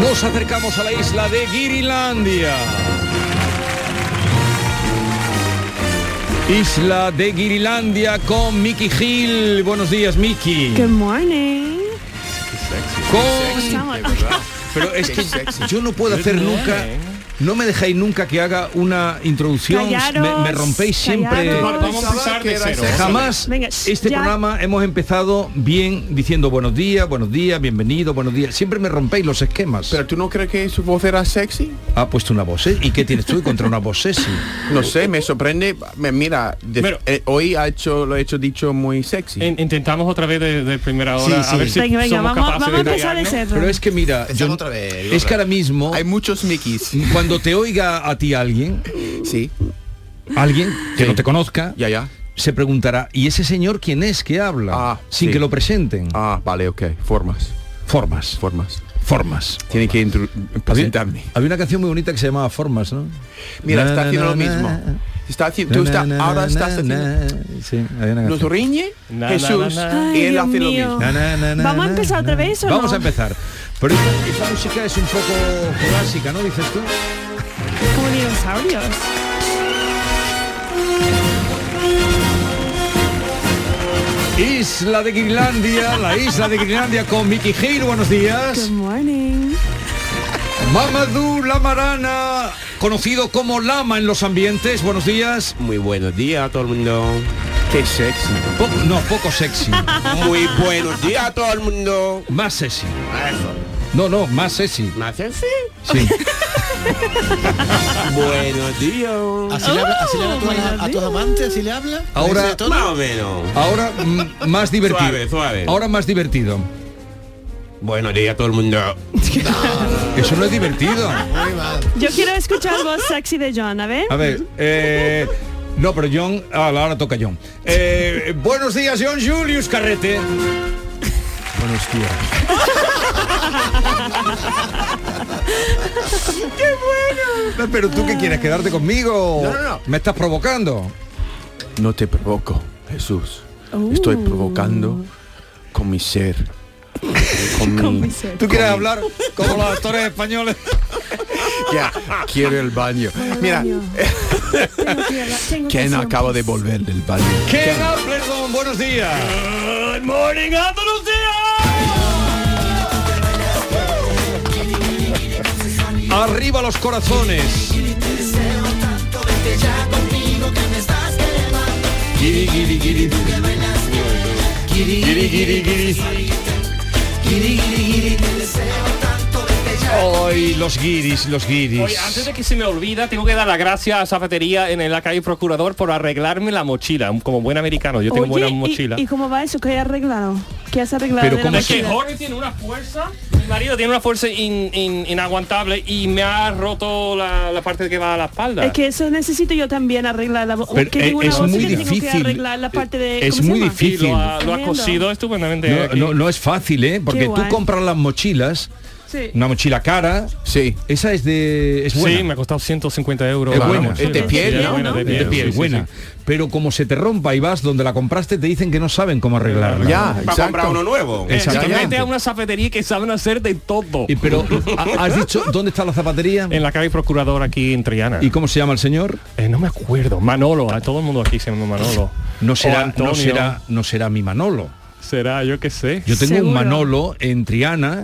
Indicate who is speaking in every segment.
Speaker 1: Nos acercamos a la isla de Girilandia. Isla de Girilandia con Mickey Gil. Buenos días, Mickey.
Speaker 2: Good morning.
Speaker 1: Con... Pero es que yo no puedo hacer
Speaker 3: Good
Speaker 1: nunca... No me dejáis nunca que haga una introducción, me,
Speaker 2: Callaros,
Speaker 1: me rompéis siempre.
Speaker 2: callaros. Vamos a empezar de cero.
Speaker 1: Jamás
Speaker 2: Venga,
Speaker 1: este
Speaker 2: ya.
Speaker 1: programa hemos empezado bien diciendo buenos días, buenos días, bienvenido, buenos días. Siempre me rompéis los esquemas.
Speaker 4: ¿Pero tú no crees que su voz era sexy?
Speaker 1: Ha puesto una voz, ¿eh? ¿Y qué tienes tú contra una
Speaker 4: eh?
Speaker 1: voz sexy?
Speaker 4: No sé, me sorprende. Me, mira, de-
Speaker 5: Pero-
Speaker 4: eh, hoy ha hecho, lo he hecho dicho muy sexy.
Speaker 5: In- intentamos otra vez de, de primera
Speaker 4: Sí,
Speaker 5: hora
Speaker 4: sí.
Speaker 5: a ver si
Speaker 2: Venga, venga,
Speaker 5: somos
Speaker 2: vamos-
Speaker 5: capaces
Speaker 2: vamos a empezar
Speaker 5: de
Speaker 2: de
Speaker 5: callarnos.
Speaker 2: cero.
Speaker 1: Pero es que mira, yo, es que ahora mismo,
Speaker 4: Hay muchos Mickeys.
Speaker 1: cuando te oiga a ti alguien,
Speaker 4: Sí,
Speaker 1: alguien que
Speaker 4: Sí.
Speaker 1: no te conozca,
Speaker 4: ya, ya.
Speaker 1: se preguntará, ¿y ese señor quién es que habla?
Speaker 4: Ah,
Speaker 1: Sin
Speaker 4: sí.
Speaker 1: que lo presenten.
Speaker 4: Ah, vale, ok. Formas,
Speaker 1: Formas,
Speaker 4: formas.
Speaker 1: formas.
Speaker 4: Tiene que intro-
Speaker 1: Había,
Speaker 4: presentarme.
Speaker 1: había una canción muy bonita que se llamaba Formas, ¿no?
Speaker 4: Mira,
Speaker 1: Na,
Speaker 4: está
Speaker 1: na,
Speaker 4: haciendo
Speaker 1: na,
Speaker 4: lo mismo.
Speaker 1: na.
Speaker 4: Está haciendo,
Speaker 1: Na,
Speaker 4: tú está,
Speaker 1: na,
Speaker 4: ahora
Speaker 1: na,
Speaker 4: estás
Speaker 1: na,
Speaker 4: haciendo.
Speaker 1: na. Sí, había una
Speaker 4: Nos
Speaker 1: canción.
Speaker 4: riñe
Speaker 5: Na, na,
Speaker 4: Jesús
Speaker 5: na, na.
Speaker 4: y
Speaker 2: Ay,
Speaker 4: él
Speaker 2: Dios
Speaker 4: hace lo
Speaker 2: mío.
Speaker 4: mismo.
Speaker 1: Na, na, na, na,
Speaker 2: ¿Vamos a
Speaker 1: na,
Speaker 2: empezar
Speaker 1: na.
Speaker 2: otra vez o
Speaker 1: Vamos
Speaker 2: no?
Speaker 1: a empezar. Pero esta, esta música es un poco clásica, ¿no? Dices tú.
Speaker 2: Como dinosaurios.
Speaker 1: Isla de Grinlandia, la isla de Grinlandia con Mickey Gil, buenos días.
Speaker 2: Good morning.
Speaker 1: Mamadou Lamarana, conocido como Lama en los ambientes, buenos días.
Speaker 6: Muy buenos días a todo el mundo.
Speaker 4: Qué sexy.
Speaker 1: Po- no, poco sexy,
Speaker 6: Muy buenos días a todo el mundo.
Speaker 1: más sexy. No, no, más sexy.
Speaker 6: ¿Me hacen sí?
Speaker 1: Sí.
Speaker 6: buenos días.
Speaker 3: Así le habla, así le habla a, tu- a tus amantes, así le habla.
Speaker 1: Ahora-
Speaker 3: ¿Así de tono?
Speaker 6: Más o menos.
Speaker 1: Ahora mm, más divertido.
Speaker 6: Suave, suave.
Speaker 1: Ahora más divertido.
Speaker 6: Buenos días a todo el mundo.
Speaker 1: Eso no es divertido.
Speaker 3: Muy mal.
Speaker 2: Yo quiero escuchar voz sexy de John, a ver.
Speaker 1: A ver, eh, no, pero John, ah, ahora toca John. Eh, buenos días, John Julius Carrete. Buenos días. ¡Qué bueno! Pero tú qué quieres, quedarte conmigo.
Speaker 4: No, no, no.
Speaker 1: Me estás provocando.
Speaker 4: No te provoco, Jesús.
Speaker 2: Oh,
Speaker 4: Estoy provocando con mi ser. Con, mi,
Speaker 1: Tú quieres hablar como los actores españoles.
Speaker 4: Ya, quiero el baño. Mira,
Speaker 2: Tengo que hablar- tengo que
Speaker 4: Ken
Speaker 2: hacer-
Speaker 4: acaba de volver del baño.
Speaker 1: Ken Appleton, buenos días. Good morning, Andalucía. Arriba los corazones. Guiri, guiri, guiri. Guiri, guiri, guiri. Ay, los guiris, los guiris.
Speaker 5: Oye, antes de que se me olvida, tengo que dar las gracias a Zapatería en la calle Procurador por arreglarme la mochila. Como buen americano, yo tengo
Speaker 2: Oye,
Speaker 5: buena
Speaker 2: ¿y-
Speaker 5: mochila.
Speaker 2: ¿y, cómo va eso? ¿Qué has arreglado? ¿Qué has arreglado
Speaker 1: Pero
Speaker 2: de
Speaker 1: ¿cómo
Speaker 2: la
Speaker 5: Es que
Speaker 2: mochila?
Speaker 5: Jorge tiene una fuerza, mi marido tiene una fuerza in- in- inaguantable y me ha roto la, la parte que va a la espalda.
Speaker 2: Es que eso necesito yo también arreglar la voz.
Speaker 1: Pero,
Speaker 2: que
Speaker 1: eh,
Speaker 2: tengo una
Speaker 1: es
Speaker 2: voz
Speaker 1: muy
Speaker 2: que tengo que
Speaker 1: difícil.
Speaker 2: arreglar la parte
Speaker 1: Es
Speaker 2: de... Eh, ¿cómo se
Speaker 1: muy
Speaker 2: llama?
Speaker 5: Y lo ha, lo ha
Speaker 2: Tremendo.
Speaker 5: cosido estupendamente.
Speaker 1: No,
Speaker 5: aquí.
Speaker 1: no, no es fácil, ¿eh? Porque tú
Speaker 2: guay.
Speaker 1: compras las mochilas,
Speaker 2: Sí.
Speaker 1: una mochila cara,
Speaker 4: Sí.
Speaker 1: Esa es de... Es buena.
Speaker 5: Sí, me ha costado 150 euros.
Speaker 1: Es
Speaker 5: la
Speaker 1: buena.
Speaker 5: mochila.
Speaker 4: Es de piel,
Speaker 5: Sí,
Speaker 4: ¿no?
Speaker 5: es buena, de
Speaker 1: Es de
Speaker 5: piel,
Speaker 1: piel,
Speaker 5: sí, sí,
Speaker 1: buena.
Speaker 5: sí.
Speaker 1: Pero como se te rompa y vas donde la compraste, te dicen que no saben cómo arreglarla.
Speaker 4: Ya,
Speaker 6: Para
Speaker 4: exacto.
Speaker 6: comprar uno nuevo.
Speaker 1: Eh, Exactamente.
Speaker 5: Exactamente a una zapatería que saben hacer de todo.
Speaker 1: Y pero, ¿ha- Ah, ¿has dicho dónde está la zapatería?
Speaker 5: En la calle Procurador aquí en Triana.
Speaker 1: ¿Y cómo se llama el señor?
Speaker 5: Eh, no me acuerdo. Manolo, a todo el mundo aquí se llama Manolo.
Speaker 1: No
Speaker 5: O
Speaker 1: será,
Speaker 5: Antonio.
Speaker 1: no será, no será mi Manolo.
Speaker 5: Será, yo qué sé.
Speaker 1: Yo tengo
Speaker 2: Seguro.
Speaker 1: un Manolo en Triana,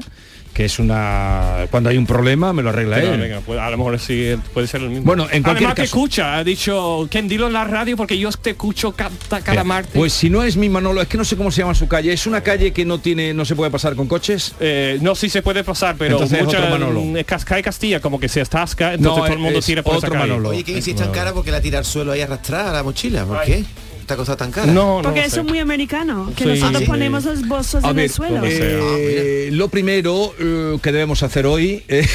Speaker 1: que es una... Cuando hay un problema, me lo arregla
Speaker 5: Pero,
Speaker 1: él.
Speaker 5: venga, pues, a lo mejor sí eh, puede ser el mismo.
Speaker 1: Bueno, en cualquier
Speaker 5: Además, te
Speaker 1: caso.
Speaker 5: escucha, ha dicho, Ken, dilo en la radio porque yo te escucho ca- ta- cada martes.
Speaker 1: Pues si no es mi Manolo, es que no sé cómo se llama su calle. Es una calle que no tiene, no se puede pasar con coches.
Speaker 5: Eh, no, sí se puede pasar, pero
Speaker 1: Entonces es otro
Speaker 5: mucha
Speaker 1: Manolo.
Speaker 5: mm, es Cascay Castilla como que se atasca, entonces
Speaker 1: No,
Speaker 5: todo el mundo
Speaker 1: es
Speaker 5: tira por esa
Speaker 1: otro
Speaker 5: calle.
Speaker 1: Manolo.
Speaker 3: Oye, ¿qué hiciste tan cara porque la tira al suelo ahí arrastrada la mochila? ¿Por qué? Esta cosa tan cara.
Speaker 5: No, no
Speaker 2: Porque
Speaker 5: sé.
Speaker 2: eso es muy americano, que
Speaker 5: Sí.
Speaker 2: nosotros
Speaker 5: Sí.
Speaker 2: ponemos los bolsos en el suelo.
Speaker 5: no sé.
Speaker 1: eh, lo primero eh, que debemos hacer hoy... eh,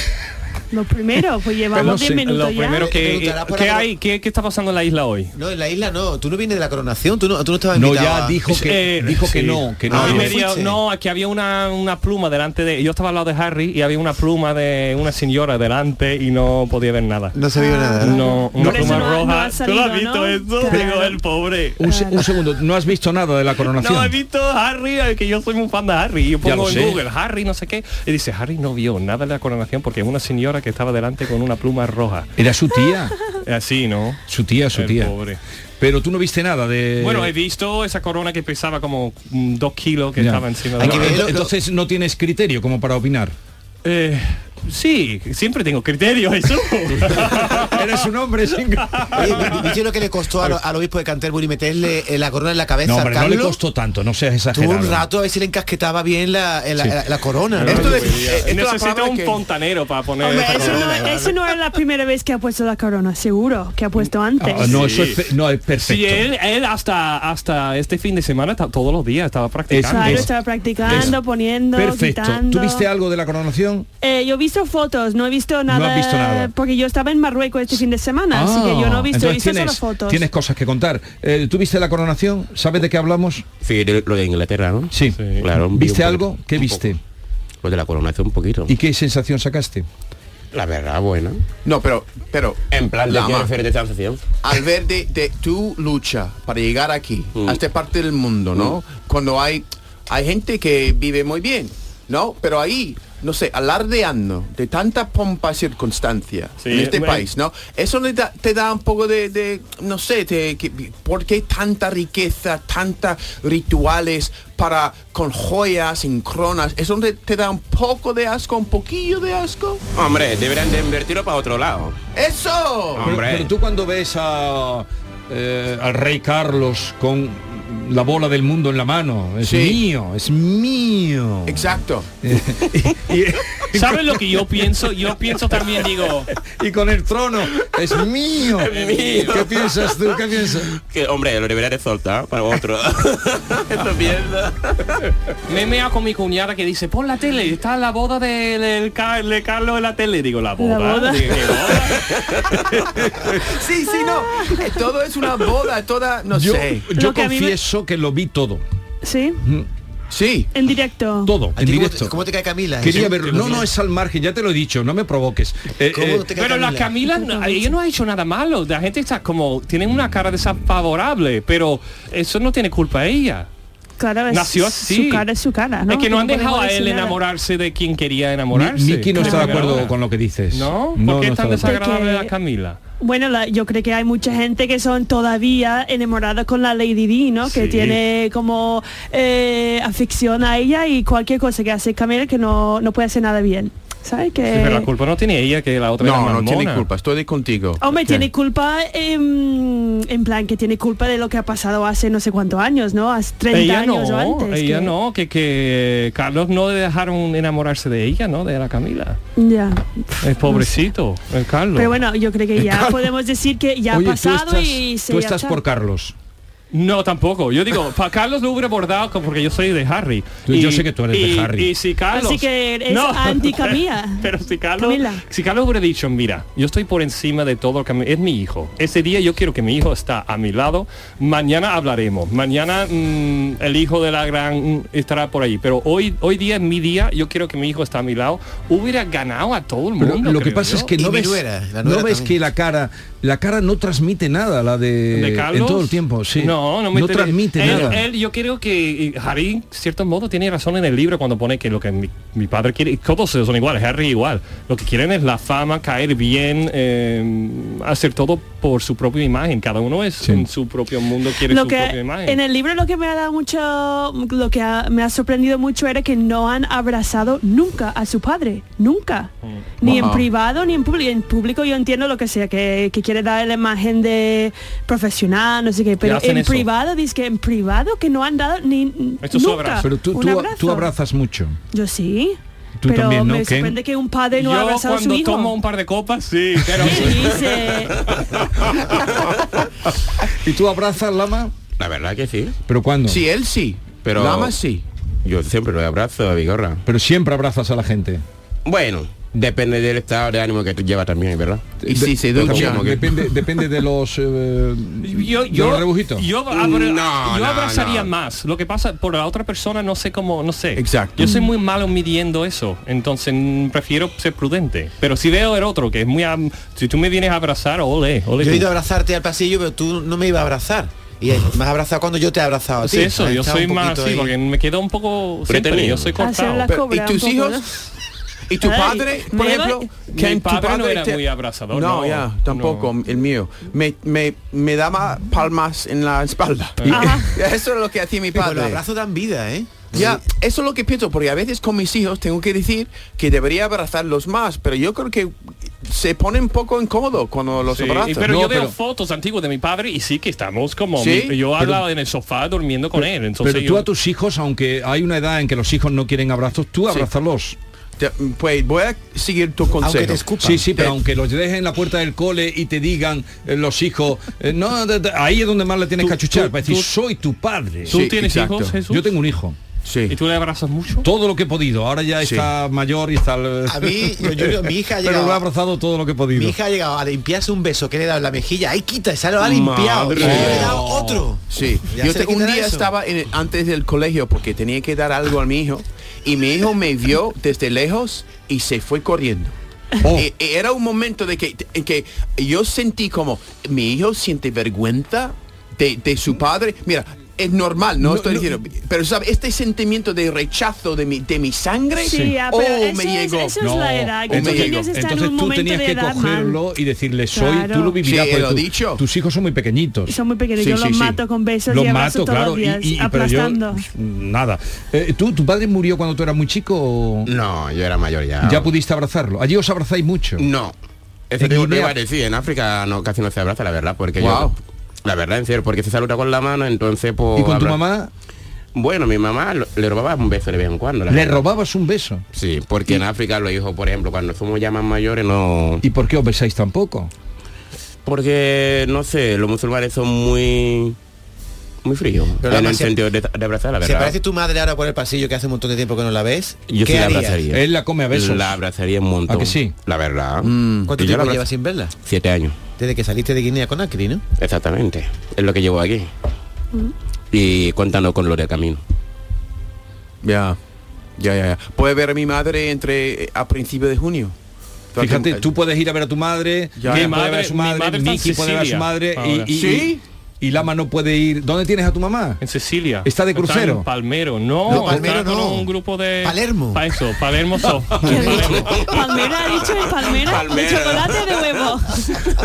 Speaker 2: Lo primero, pues llevamos
Speaker 1: sé,
Speaker 2: 10
Speaker 5: Lo
Speaker 2: minutos ya.
Speaker 5: primero que...
Speaker 3: Preguntará para-
Speaker 5: ¿Qué hay? ¿Qué, qué está pasando en la isla hoy?
Speaker 3: No, en la isla no. Tú no vienes de la coronación, tú no, tú no estabas
Speaker 1: no,
Speaker 3: invitado
Speaker 1: ya
Speaker 3: a-
Speaker 1: dijo que,
Speaker 5: Eh,
Speaker 1: dijo que
Speaker 5: sí.
Speaker 1: no, que no.
Speaker 5: No,
Speaker 3: Ah,
Speaker 5: y
Speaker 3: no
Speaker 5: me dio-
Speaker 3: fuiste.
Speaker 5: no, aquí había una, una pluma delante de... Yo estaba al lado de Harry y había una pluma de una señora delante y no podía ver nada.
Speaker 3: No se vio nada.
Speaker 5: No, una
Speaker 2: Por eso
Speaker 5: pluma
Speaker 2: no ha- no
Speaker 5: roja.
Speaker 2: ha
Speaker 5: ¿Tú
Speaker 2: salido,
Speaker 5: lo has visto
Speaker 2: ¿no?
Speaker 5: eso?
Speaker 2: Claro.
Speaker 5: Digo, el pobre.
Speaker 1: Un, se- un segundo, no has visto nada de la coronación.
Speaker 5: No, he visto Harry, eh, que yo soy un fan de Harry. Y yo
Speaker 1: Ya lo
Speaker 5: pongo en
Speaker 1: sé.
Speaker 5: Google, Harry, no sé qué. Y dice, Harry no vio nada de la coronación porque es una señora que estaba delante con una pluma roja.
Speaker 1: Era su tía,
Speaker 5: Así, Ah, ¿no?
Speaker 1: su tía, su
Speaker 5: El
Speaker 1: tía.
Speaker 5: pobre.
Speaker 1: Pero tú no viste nada de...
Speaker 5: Bueno, he visto esa corona que pesaba como mm, dos kilos que
Speaker 1: Ya.
Speaker 5: estaba encima de
Speaker 3: Hay
Speaker 5: la-
Speaker 3: que ver-
Speaker 1: Ent- Entonces no tienes criterio como para opinar.
Speaker 5: Eh, sí, siempre tengo criterio, Jesús.
Speaker 1: Eres un hombre sin...
Speaker 3: Oye, vi- ¿Viste lo que le costó al, al obispo de Canterbury meterle eh, la corona en la
Speaker 1: No,
Speaker 3: cabeza a
Speaker 1: hombre, no le
Speaker 3: Carlos?
Speaker 1: costó tanto, no seas
Speaker 3: Tuvo
Speaker 1: exagerado.
Speaker 3: un rato a ver si le encasquetaba bien la, eh, la-
Speaker 1: Sí.
Speaker 3: la- la corona. ¿no?
Speaker 5: Esto
Speaker 6: Esto
Speaker 5: de,
Speaker 6: de- eh, esto la
Speaker 5: necesita
Speaker 6: palabra
Speaker 5: un
Speaker 6: que-
Speaker 5: fontanero para poner
Speaker 2: Hombre,
Speaker 5: esa
Speaker 2: eso no,
Speaker 5: corona.
Speaker 2: eso no es la primera vez que ha puesto la corona, seguro, que ha puesto antes.
Speaker 1: Ah, no,
Speaker 5: Sí.
Speaker 1: eso es, pe- no, es perfecto.
Speaker 5: Sí, él, él hasta hasta este fin de semana ta- todos los días estaba practicando.
Speaker 2: Claro,
Speaker 1: es-
Speaker 2: estaba practicando,
Speaker 1: es-
Speaker 2: poniendo,
Speaker 1: perfecto.
Speaker 2: quitando.
Speaker 1: ¿Tuviste algo de la coronación?
Speaker 2: Eh, yo he visto fotos, no he visto nada,
Speaker 1: has visto nada. Ah,
Speaker 2: porque yo estaba en Marruecos este fin de semana, así que yo no he visto, he
Speaker 1: entonces
Speaker 2: visto
Speaker 1: tienes,
Speaker 2: solo fotos.
Speaker 1: Tienes cosas que contar. Eh, ¿Tuviste la coronación? ¿Sabes de qué hablamos?
Speaker 6: Sí, de- lo de Inglaterra, ¿no?
Speaker 1: Sí.
Speaker 6: Claro, vi
Speaker 1: ¿Viste
Speaker 6: un poco-
Speaker 1: algo? ¿Qué
Speaker 6: un
Speaker 1: viste?
Speaker 6: poco. Lo de la coronación un poquito. Ah,
Speaker 1: ¿Y qué sensación sacaste?
Speaker 6: La verdad, buena.
Speaker 4: No, pero, pero
Speaker 6: En plan de
Speaker 4: Lama,
Speaker 6: Jennifer de sensación.
Speaker 4: al ver de, de tu lucha para llegar aquí,
Speaker 6: Mm.
Speaker 4: a esta parte del mundo, ¿no? Cuando hay hay gente que vive muy bien, ¿no? Pero ahí, no sé, alardeando de tanta pompa y circunstancia
Speaker 5: Sí,
Speaker 4: en este
Speaker 5: bueno.
Speaker 4: país, ¿no? Eso le da- te da un poco de, de, no sé, te, que- ¿por qué tanta riqueza, tantas rituales para con joyas, sin cronas? Eso te, te da un poco de asco, un poquillo de asco.
Speaker 6: Hombre, deberían de invertirlo para otro lado.
Speaker 4: ¡Eso!
Speaker 6: Hombre.
Speaker 1: Pero, pero tú cuando ves a, eh, al rey Carlos con la bola del mundo en la mano, es
Speaker 4: Sí.
Speaker 1: mío, es mío.
Speaker 4: Exacto.
Speaker 5: ¿Sabes lo que yo pienso? Yo pienso también, digo,
Speaker 1: Y con el trono, es mío.
Speaker 6: mío.
Speaker 1: ¿Qué piensas tú? ¿Qué piensas?
Speaker 6: Que, hombre, lo debería de soltar para otro. Esta mierda.
Speaker 5: me he meado con mi cuñada que dice, pon la tele, está la boda de, del Ca- de Carlos en la tele. Digo, la boda.
Speaker 2: boda.
Speaker 5: Digo, "¿Qué boda?".
Speaker 4: Sí, sí,
Speaker 2: Ah.
Speaker 4: no. Eh, Todo es una boda, toda, no
Speaker 1: Yo,
Speaker 4: sé.
Speaker 1: yo
Speaker 2: Lo que a mí me-
Speaker 1: confieso que lo vi todo,
Speaker 2: ¿Sí?
Speaker 4: Sí.
Speaker 2: En directo.
Speaker 1: todo,
Speaker 3: ¿A
Speaker 1: en
Speaker 3: ti cómo,
Speaker 1: directo.
Speaker 3: te, cómo te cae Camila?
Speaker 1: Quería
Speaker 3: Jesús?
Speaker 1: verlo. No, no, es al margen, ya te lo he dicho, no me provoques. Eh,
Speaker 3: ¿Cómo
Speaker 1: eh,
Speaker 3: te cae
Speaker 5: Pero la Camila, no, ella no ha hecho nada malo. La gente está como, tienen una cara desfavorable, pero eso no tiene culpa ella.
Speaker 2: Claro, es
Speaker 5: Nació así.
Speaker 2: su cara es su cara, ¿no?
Speaker 5: Es que no han
Speaker 2: podemos
Speaker 5: dejado a
Speaker 2: decir
Speaker 5: él
Speaker 2: nada.
Speaker 5: enamorarse de quien quería enamorarse.
Speaker 1: Mi- Miki no está de
Speaker 5: Claro.
Speaker 1: acuerdo con lo que dices.
Speaker 5: ¿No? ¿Por qué es tan
Speaker 1: está de acuerdo.
Speaker 5: desagradable
Speaker 2: Porque-
Speaker 5: la Camila?
Speaker 2: Bueno, la- yo creo que hay mucha gente que son todavía enamoradas con la Lady Di, ¿no? Que
Speaker 5: Sí.
Speaker 2: tiene como eh, afición a ella y cualquier cosa que hace Camila que no, no puede hacer nada bien. ¿Sabes? Que...
Speaker 5: Sí, pero la culpa no tiene ella que la otra era
Speaker 4: No, no
Speaker 5: mamona.
Speaker 4: tiene culpa, estoy de contigo.
Speaker 2: Hombre, tiene culpa, em, en plan, que tiene culpa de lo que ha pasado hace no sé cuántos años, ¿no? Hace 30
Speaker 5: Ella no,
Speaker 2: años o antes.
Speaker 5: ella
Speaker 2: que-
Speaker 5: no, que, que Carlos no le dejaron enamorarse de ella, ¿no? De la Camila.
Speaker 2: Ya.
Speaker 5: El pobrecito, el Carlos.
Speaker 2: Pero bueno, yo creo que ya podemos decir que ya
Speaker 1: Oye,
Speaker 2: ha
Speaker 1: tú
Speaker 2: pasado
Speaker 1: estás-
Speaker 2: y se
Speaker 1: tú
Speaker 2: ya
Speaker 1: estás
Speaker 2: está.
Speaker 1: por Carlos.
Speaker 5: No, tampoco. Yo digo, para Carlos lo hubiera abordado como- porque yo soy de Harry.
Speaker 1: Yo- yo sé que tú eres de
Speaker 5: y-
Speaker 1: Harry.
Speaker 5: Y si Carlos...
Speaker 2: Así que eres anti-Camila.
Speaker 5: Pero si Carlos,
Speaker 2: Camila.
Speaker 5: si Carlos hubiera dicho, mira, yo estoy por encima de todo, que me- es mi hijo. Ese día yo quiero que mi hijo está a mi lado. Mañana hablaremos. Mañana mm, el hijo de la gran mm, estará por ahí. Pero hoy, hoy día es mi día. Yo quiero que mi hijo está a mi lado. Hubiera ganado a todo el
Speaker 1: Pero
Speaker 5: mundo.
Speaker 1: lo que
Speaker 5: creo
Speaker 1: pasa
Speaker 5: yo.
Speaker 1: es que
Speaker 3: Y
Speaker 1: no
Speaker 3: mi
Speaker 1: ves,
Speaker 3: nuera, la
Speaker 1: no
Speaker 3: nuera
Speaker 1: ves
Speaker 3: también.
Speaker 1: que la cara, la cara no transmite nada, la de,
Speaker 5: de Carlos
Speaker 1: Eh, en todo el tiempo, sí.
Speaker 5: No, no me interesa. Eh,
Speaker 1: transmite
Speaker 5: Él-
Speaker 1: nada.
Speaker 5: él, yo creo que eh, Harry, en cierto modo, tiene razón en el libro cuando pone que lo que mi, mi padre quiere, y todos son iguales, Harry igual. Lo que quieren es la fama, caer bien, eh, hacer todo por su propia imagen. Cada uno es
Speaker 1: Sí.
Speaker 5: en su propio mundo, quiere
Speaker 2: Lo
Speaker 5: su propia
Speaker 2: que
Speaker 5: imagen.
Speaker 2: en el libro lo que me ha dado mucho, lo que ha- me ha sorprendido mucho era que no han abrazado nunca a su padre, nunca, ni en
Speaker 4: Wow.
Speaker 2: privado ni en público. En público yo entiendo lo que sea, que, que quiere dar la imagen de profesional, no sé qué, pero
Speaker 5: hacen
Speaker 2: en
Speaker 5: eso.
Speaker 2: privado dice que en privado que no han dado ni
Speaker 5: Esto es su
Speaker 2: nunca
Speaker 5: abrazo.
Speaker 1: Pero tú,
Speaker 2: un
Speaker 1: tú,
Speaker 2: abrazo.
Speaker 1: tú abrazas mucho.
Speaker 2: Yo sí.
Speaker 1: Tú
Speaker 2: pero
Speaker 1: también, ¿no,
Speaker 2: me
Speaker 1: Ken?
Speaker 2: sorprende que un padre no ha
Speaker 5: yo
Speaker 2: abrazado a
Speaker 5: cuando
Speaker 2: su hijo.
Speaker 5: tomo un par de copas, sí, pero...
Speaker 2: ¿Qué dice?
Speaker 1: ¿Y tú abrazas, Lama?
Speaker 6: La verdad que sí.
Speaker 1: ¿Pero cuándo?
Speaker 4: Sí, él sí, pero
Speaker 6: Pero-
Speaker 4: Lama sí.
Speaker 6: Yo siempre lo abrazo a Vigorra.
Speaker 1: Pero siempre abrazas a la gente.
Speaker 6: Bueno, depende del estado de ánimo que tú llevas también, ¿verdad? Y
Speaker 4: si se ducha.
Speaker 6: como que-
Speaker 1: Depende, depende de los... eh,
Speaker 5: Yo,
Speaker 1: de
Speaker 5: yo,
Speaker 1: los rebujitos.
Speaker 5: yo abra-
Speaker 6: No,
Speaker 5: yo
Speaker 6: no,
Speaker 5: abrazaría
Speaker 6: no.
Speaker 5: más. Lo que pasa por la otra persona no sé cómo, no sé.
Speaker 4: Exacto.
Speaker 5: Yo soy muy malo midiendo eso, entonces mm, prefiero ser prudente. Pero si veo el otro que es muy, am- si tú me vienes a abrazar, ole, ole.
Speaker 3: Yo he
Speaker 5: tú.
Speaker 3: ido a abrazarte al pasillo, pero tú no me ibas a abrazar. Y ahí, me has abrazado cuando yo te he abrazado a
Speaker 5: Sí,
Speaker 3: ti.
Speaker 5: eso,
Speaker 3: Has
Speaker 5: yo
Speaker 3: estado
Speaker 5: soy
Speaker 3: un
Speaker 5: más
Speaker 3: poquito
Speaker 5: así,
Speaker 3: ahí.
Speaker 5: porque me queda un poco siempre,
Speaker 6: Pretenido.
Speaker 5: yo soy
Speaker 2: Hacer
Speaker 5: cortado.
Speaker 2: la
Speaker 4: Pero, ¿Y
Speaker 2: Cobra
Speaker 4: tus
Speaker 2: un poco,
Speaker 4: hijos? ¿Y tu
Speaker 2: Ay,
Speaker 4: padre, por
Speaker 2: me
Speaker 4: ejemplo?
Speaker 2: va-
Speaker 5: Que
Speaker 4: ¿Tu
Speaker 5: mi padre no era
Speaker 4: te-
Speaker 5: muy abrazador,
Speaker 4: No,
Speaker 5: no,
Speaker 4: ya, tampoco, el mío. Me, me, me daba palmas en la espalda.
Speaker 2: Ajá.
Speaker 4: Eso es lo que hacía mi
Speaker 3: Pero los
Speaker 4: padre.
Speaker 3: abrazos dan vida, ¿eh?
Speaker 4: Ya, eso es lo que pienso, porque a veces con mis hijos tengo que decir que debería abrazarlos más, pero yo creo que se pone un poco incómodo cuando los
Speaker 5: Sí, y-
Speaker 4: abrazas.
Speaker 5: pero
Speaker 1: No,
Speaker 5: yo veo
Speaker 1: pero-
Speaker 5: fotos antiguas de mi padre y sí que estamos como
Speaker 4: Sí,
Speaker 5: mi- yo
Speaker 1: pero-
Speaker 5: hablaba en el sofá durmiendo con él entonces
Speaker 1: Pero
Speaker 5: yo-
Speaker 1: tú a tus hijos, aunque hay una edad en que los hijos no quieren abrazos, tú abrazarlos.
Speaker 4: Te- pues voy a seguir tu
Speaker 3: Aunque te
Speaker 4: consejo.
Speaker 3: escupan.
Speaker 1: Sí, sí, pero
Speaker 4: Eh,
Speaker 1: aunque los dejes en la puerta del cole y te digan eh, los hijos, eh, no, de- de- ahí es donde más le tienes que achuchar,
Speaker 5: tú-
Speaker 1: para decir,
Speaker 5: tú-
Speaker 1: soy tu padre.
Speaker 5: tú
Speaker 4: Sí,
Speaker 5: tienes
Speaker 4: exacto.
Speaker 5: hijos Jesús
Speaker 1: Yo tengo un hijo.
Speaker 5: y
Speaker 4: Sí.
Speaker 5: tú le abrazas mucho
Speaker 1: Todo lo que he podido. Ahora ya
Speaker 4: Sí.
Speaker 1: está mayor y está...
Speaker 3: A mí, yo- yo- mi hija ha
Speaker 1: pero lo he
Speaker 3: llegado-
Speaker 1: abrazado todo lo que he podido.
Speaker 3: Mi hija ha llegado a limpiarse un beso que le he dado en la mejilla. Ahí quita, se lo ha limpiado.
Speaker 4: Madre.
Speaker 3: Y yo le he dado otro.
Speaker 4: Sí,
Speaker 3: Ya
Speaker 4: yo
Speaker 3: se le
Speaker 4: te- un
Speaker 3: quitará
Speaker 4: día
Speaker 3: eso.
Speaker 4: estaba en el- antes del colegio porque tenía que dar algo a mi hijo y mi hijo me vio desde lejos y se fue corriendo.
Speaker 1: Oh.
Speaker 4: E- e- era un momento de que, en que yo sentí como mi hijo siente vergüenza de, de su padre. Mira, es normal, no,
Speaker 1: No,
Speaker 4: estoy
Speaker 1: no.
Speaker 4: diciendo, pero ¿sabe? este sentimiento de rechazo de mi, de mi sangre,
Speaker 2: Sí, ya, pero
Speaker 4: oh,
Speaker 2: eso
Speaker 4: me
Speaker 2: es-
Speaker 4: llegó.
Speaker 2: eso es No, la edad, que
Speaker 4: me
Speaker 1: entonces,
Speaker 2: los
Speaker 4: llegó.
Speaker 2: niños están en
Speaker 1: entonces
Speaker 2: un
Speaker 1: tú
Speaker 2: momento
Speaker 1: tenías
Speaker 2: de
Speaker 1: que
Speaker 2: edad mal.
Speaker 1: cogerlo y decirle soy,
Speaker 2: Claro.
Speaker 1: tú lo vivirás.
Speaker 4: Sí,
Speaker 1: porque
Speaker 4: lo
Speaker 1: tú-
Speaker 4: dicho.
Speaker 1: Tus hijos son muy pequeñitos.
Speaker 2: Y son muy pequeños,
Speaker 4: Sí,
Speaker 2: yo
Speaker 4: sí,
Speaker 2: los
Speaker 4: sí.
Speaker 2: mato con besos y
Speaker 1: Los
Speaker 2: abrazos
Speaker 1: mato,
Speaker 2: todos
Speaker 1: claro,
Speaker 2: los
Speaker 1: y,
Speaker 2: días,
Speaker 1: y- pero yo
Speaker 2: aplastando.
Speaker 1: nada. Eh, ¿Tú, tu padre murió cuando tú eras muy chico. o
Speaker 6: No, yo era mayor ya.
Speaker 1: Ya pudiste abrazarlo. Allí os abrazáis mucho.
Speaker 6: No. Eso
Speaker 1: En
Speaker 6: te, te
Speaker 1: Guinea.
Speaker 6: iba a decir, en África no, casi no se abraza, la verdad, porque
Speaker 4: Wow.
Speaker 6: yo... La verdad, en serio, porque se saluda con la mano, entonces pues...
Speaker 1: ¿Y con tu
Speaker 6: abra-
Speaker 1: mamá
Speaker 6: Bueno, mi mamá lo- le robaba un beso de vez en cuando. la
Speaker 1: le
Speaker 6: verdad.
Speaker 1: robabas un beso?
Speaker 6: Sí, porque en África los hijos, por ejemplo, cuando somos ya más mayores, no...
Speaker 1: ¿Y por qué os besáis tampoco?
Speaker 6: Porque, no sé, los musulmanes son muy... Muy fríos.
Speaker 3: Pero la
Speaker 6: en el
Speaker 3: base-
Speaker 6: sentido de, de abrazar, la
Speaker 3: Se
Speaker 6: verdad.
Speaker 3: parece tu madre ahora por el pasillo que hace un montón de tiempo que no la ves.
Speaker 6: Yo sí
Speaker 3: ¿Qué
Speaker 6: la
Speaker 3: harías?
Speaker 6: abrazaría.
Speaker 1: Él la come a besos.
Speaker 6: La abrazaría un montón.
Speaker 1: ¿A que sí? Mm.
Speaker 6: La verdad.
Speaker 3: ¿Cuánto
Speaker 6: Y yo la
Speaker 3: tiempo
Speaker 6: abrazo-
Speaker 3: llevas sin verla?
Speaker 6: Siete años.
Speaker 3: Desde que saliste de Guinea con Acri, ¿no?
Speaker 6: Exactamente. Es lo que llevo aquí.
Speaker 2: Mm.
Speaker 6: Y contando con lo del camino.
Speaker 4: Ya, ya, ya, ya. Puede ver a mi madre entre eh, a principio de junio. eh,
Speaker 1: Fíjate, tú puedes ir a ver a tu madre,
Speaker 4: Ya,
Speaker 1: Kim
Speaker 4: mi
Speaker 1: puede ver a
Speaker 5: madre-
Speaker 1: su
Speaker 5: mi
Speaker 1: madre,
Speaker 5: madre está en
Speaker 1: Miki puede ver a su
Speaker 5: Sicilia
Speaker 1: madre y,
Speaker 2: Ah.
Speaker 5: ahora.
Speaker 1: y-
Speaker 4: ¿Sí?
Speaker 1: y- y Lama no puede ir. ¿Dónde tienes a tu mamá?
Speaker 5: en Sicilia
Speaker 1: ¿Está de crucero?
Speaker 5: en Palmero no,
Speaker 3: No, Palmero
Speaker 5: está con
Speaker 3: no.
Speaker 5: un grupo de
Speaker 3: Palermo.
Speaker 5: pa eso Palermo so-
Speaker 2: ¿Qué ha
Speaker 5: Palermo.
Speaker 2: dicho? Palmera ha dicho el palmera,
Speaker 6: Palmera.
Speaker 2: de chocolate de huevo.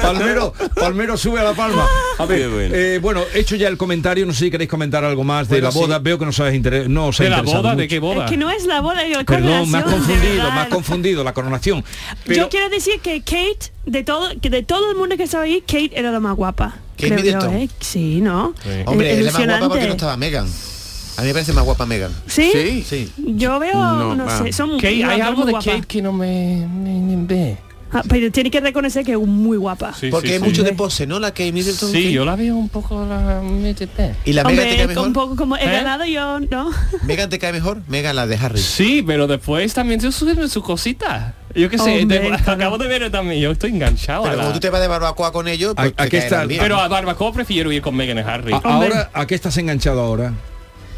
Speaker 1: Palmero, Palmero sube a la palma.
Speaker 5: Ah,
Speaker 1: A ver,
Speaker 6: Qué bueno.
Speaker 1: eh, bueno, hecho ya el comentario, no sé si queréis comentar algo más de
Speaker 3: Bueno,
Speaker 1: la boda.
Speaker 3: sí.
Speaker 1: Veo que no os habéis inter- no os ha
Speaker 5: de la
Speaker 1: interesado
Speaker 5: boda
Speaker 1: mucho.
Speaker 5: de qué boda
Speaker 2: Es que no es la boda, es la
Speaker 1: Perdón, me has
Speaker 2: coronación, de
Speaker 1: confundido,
Speaker 2: verdad.
Speaker 1: me has confundido la coronación.
Speaker 2: Yo quiero decir que Kate, de todo, que de todo el mundo que estaba ahí, Kate era la más guapa.
Speaker 3: Kate
Speaker 2: creo yo,
Speaker 3: Middleton.
Speaker 2: ¿eh? Sí, ¿no? Eh,
Speaker 3: Hombre, él es más guapa porque
Speaker 2: ilusionante.
Speaker 3: no estaba Megan. A mí me parece más guapa Megan.
Speaker 2: ¿Sí?
Speaker 4: Sí.
Speaker 3: Sí.
Speaker 2: Yo veo,
Speaker 4: No,
Speaker 2: no,
Speaker 4: ah.
Speaker 2: sé, son
Speaker 5: Kate,
Speaker 2: una
Speaker 5: hay
Speaker 2: mujer
Speaker 5: algo
Speaker 2: muy
Speaker 5: de
Speaker 2: guapa.
Speaker 5: Kate que no me, me- me ve
Speaker 2: Ah, pero tiene que reconocer que es muy guapa.
Speaker 5: Sí,
Speaker 3: Porque
Speaker 5: sí,
Speaker 3: hay
Speaker 5: sí.
Speaker 3: mucho de pose, ¿no? La Kate Middleton.
Speaker 5: sí
Speaker 3: que-
Speaker 5: yo la veo un poco la me te ve.
Speaker 3: Y la Megan te
Speaker 2: Hombre,
Speaker 3: cae
Speaker 2: un
Speaker 3: mejor.
Speaker 2: poco como he
Speaker 5: ¿Eh?
Speaker 2: ganado yo, ¿no?
Speaker 3: Megan te cae mejor. Megan la de Harry.
Speaker 5: Sí, pero después también se sube su cosita. Yo qué sé,
Speaker 2: Hombre,
Speaker 5: de-
Speaker 2: claro.
Speaker 5: acabo de ver también, yo estoy enganchado. a
Speaker 3: Pero
Speaker 5: la-
Speaker 3: como tú te vas de barbacoa con ellos,
Speaker 1: ¿A-
Speaker 3: pues
Speaker 1: a
Speaker 3: te
Speaker 1: qué
Speaker 3: caerán
Speaker 1: están?
Speaker 3: bien.
Speaker 5: Pero a Barbacoa prefiero ir con Megan y Harry.
Speaker 1: A- ahora, ¿a qué estás enganchado ahora?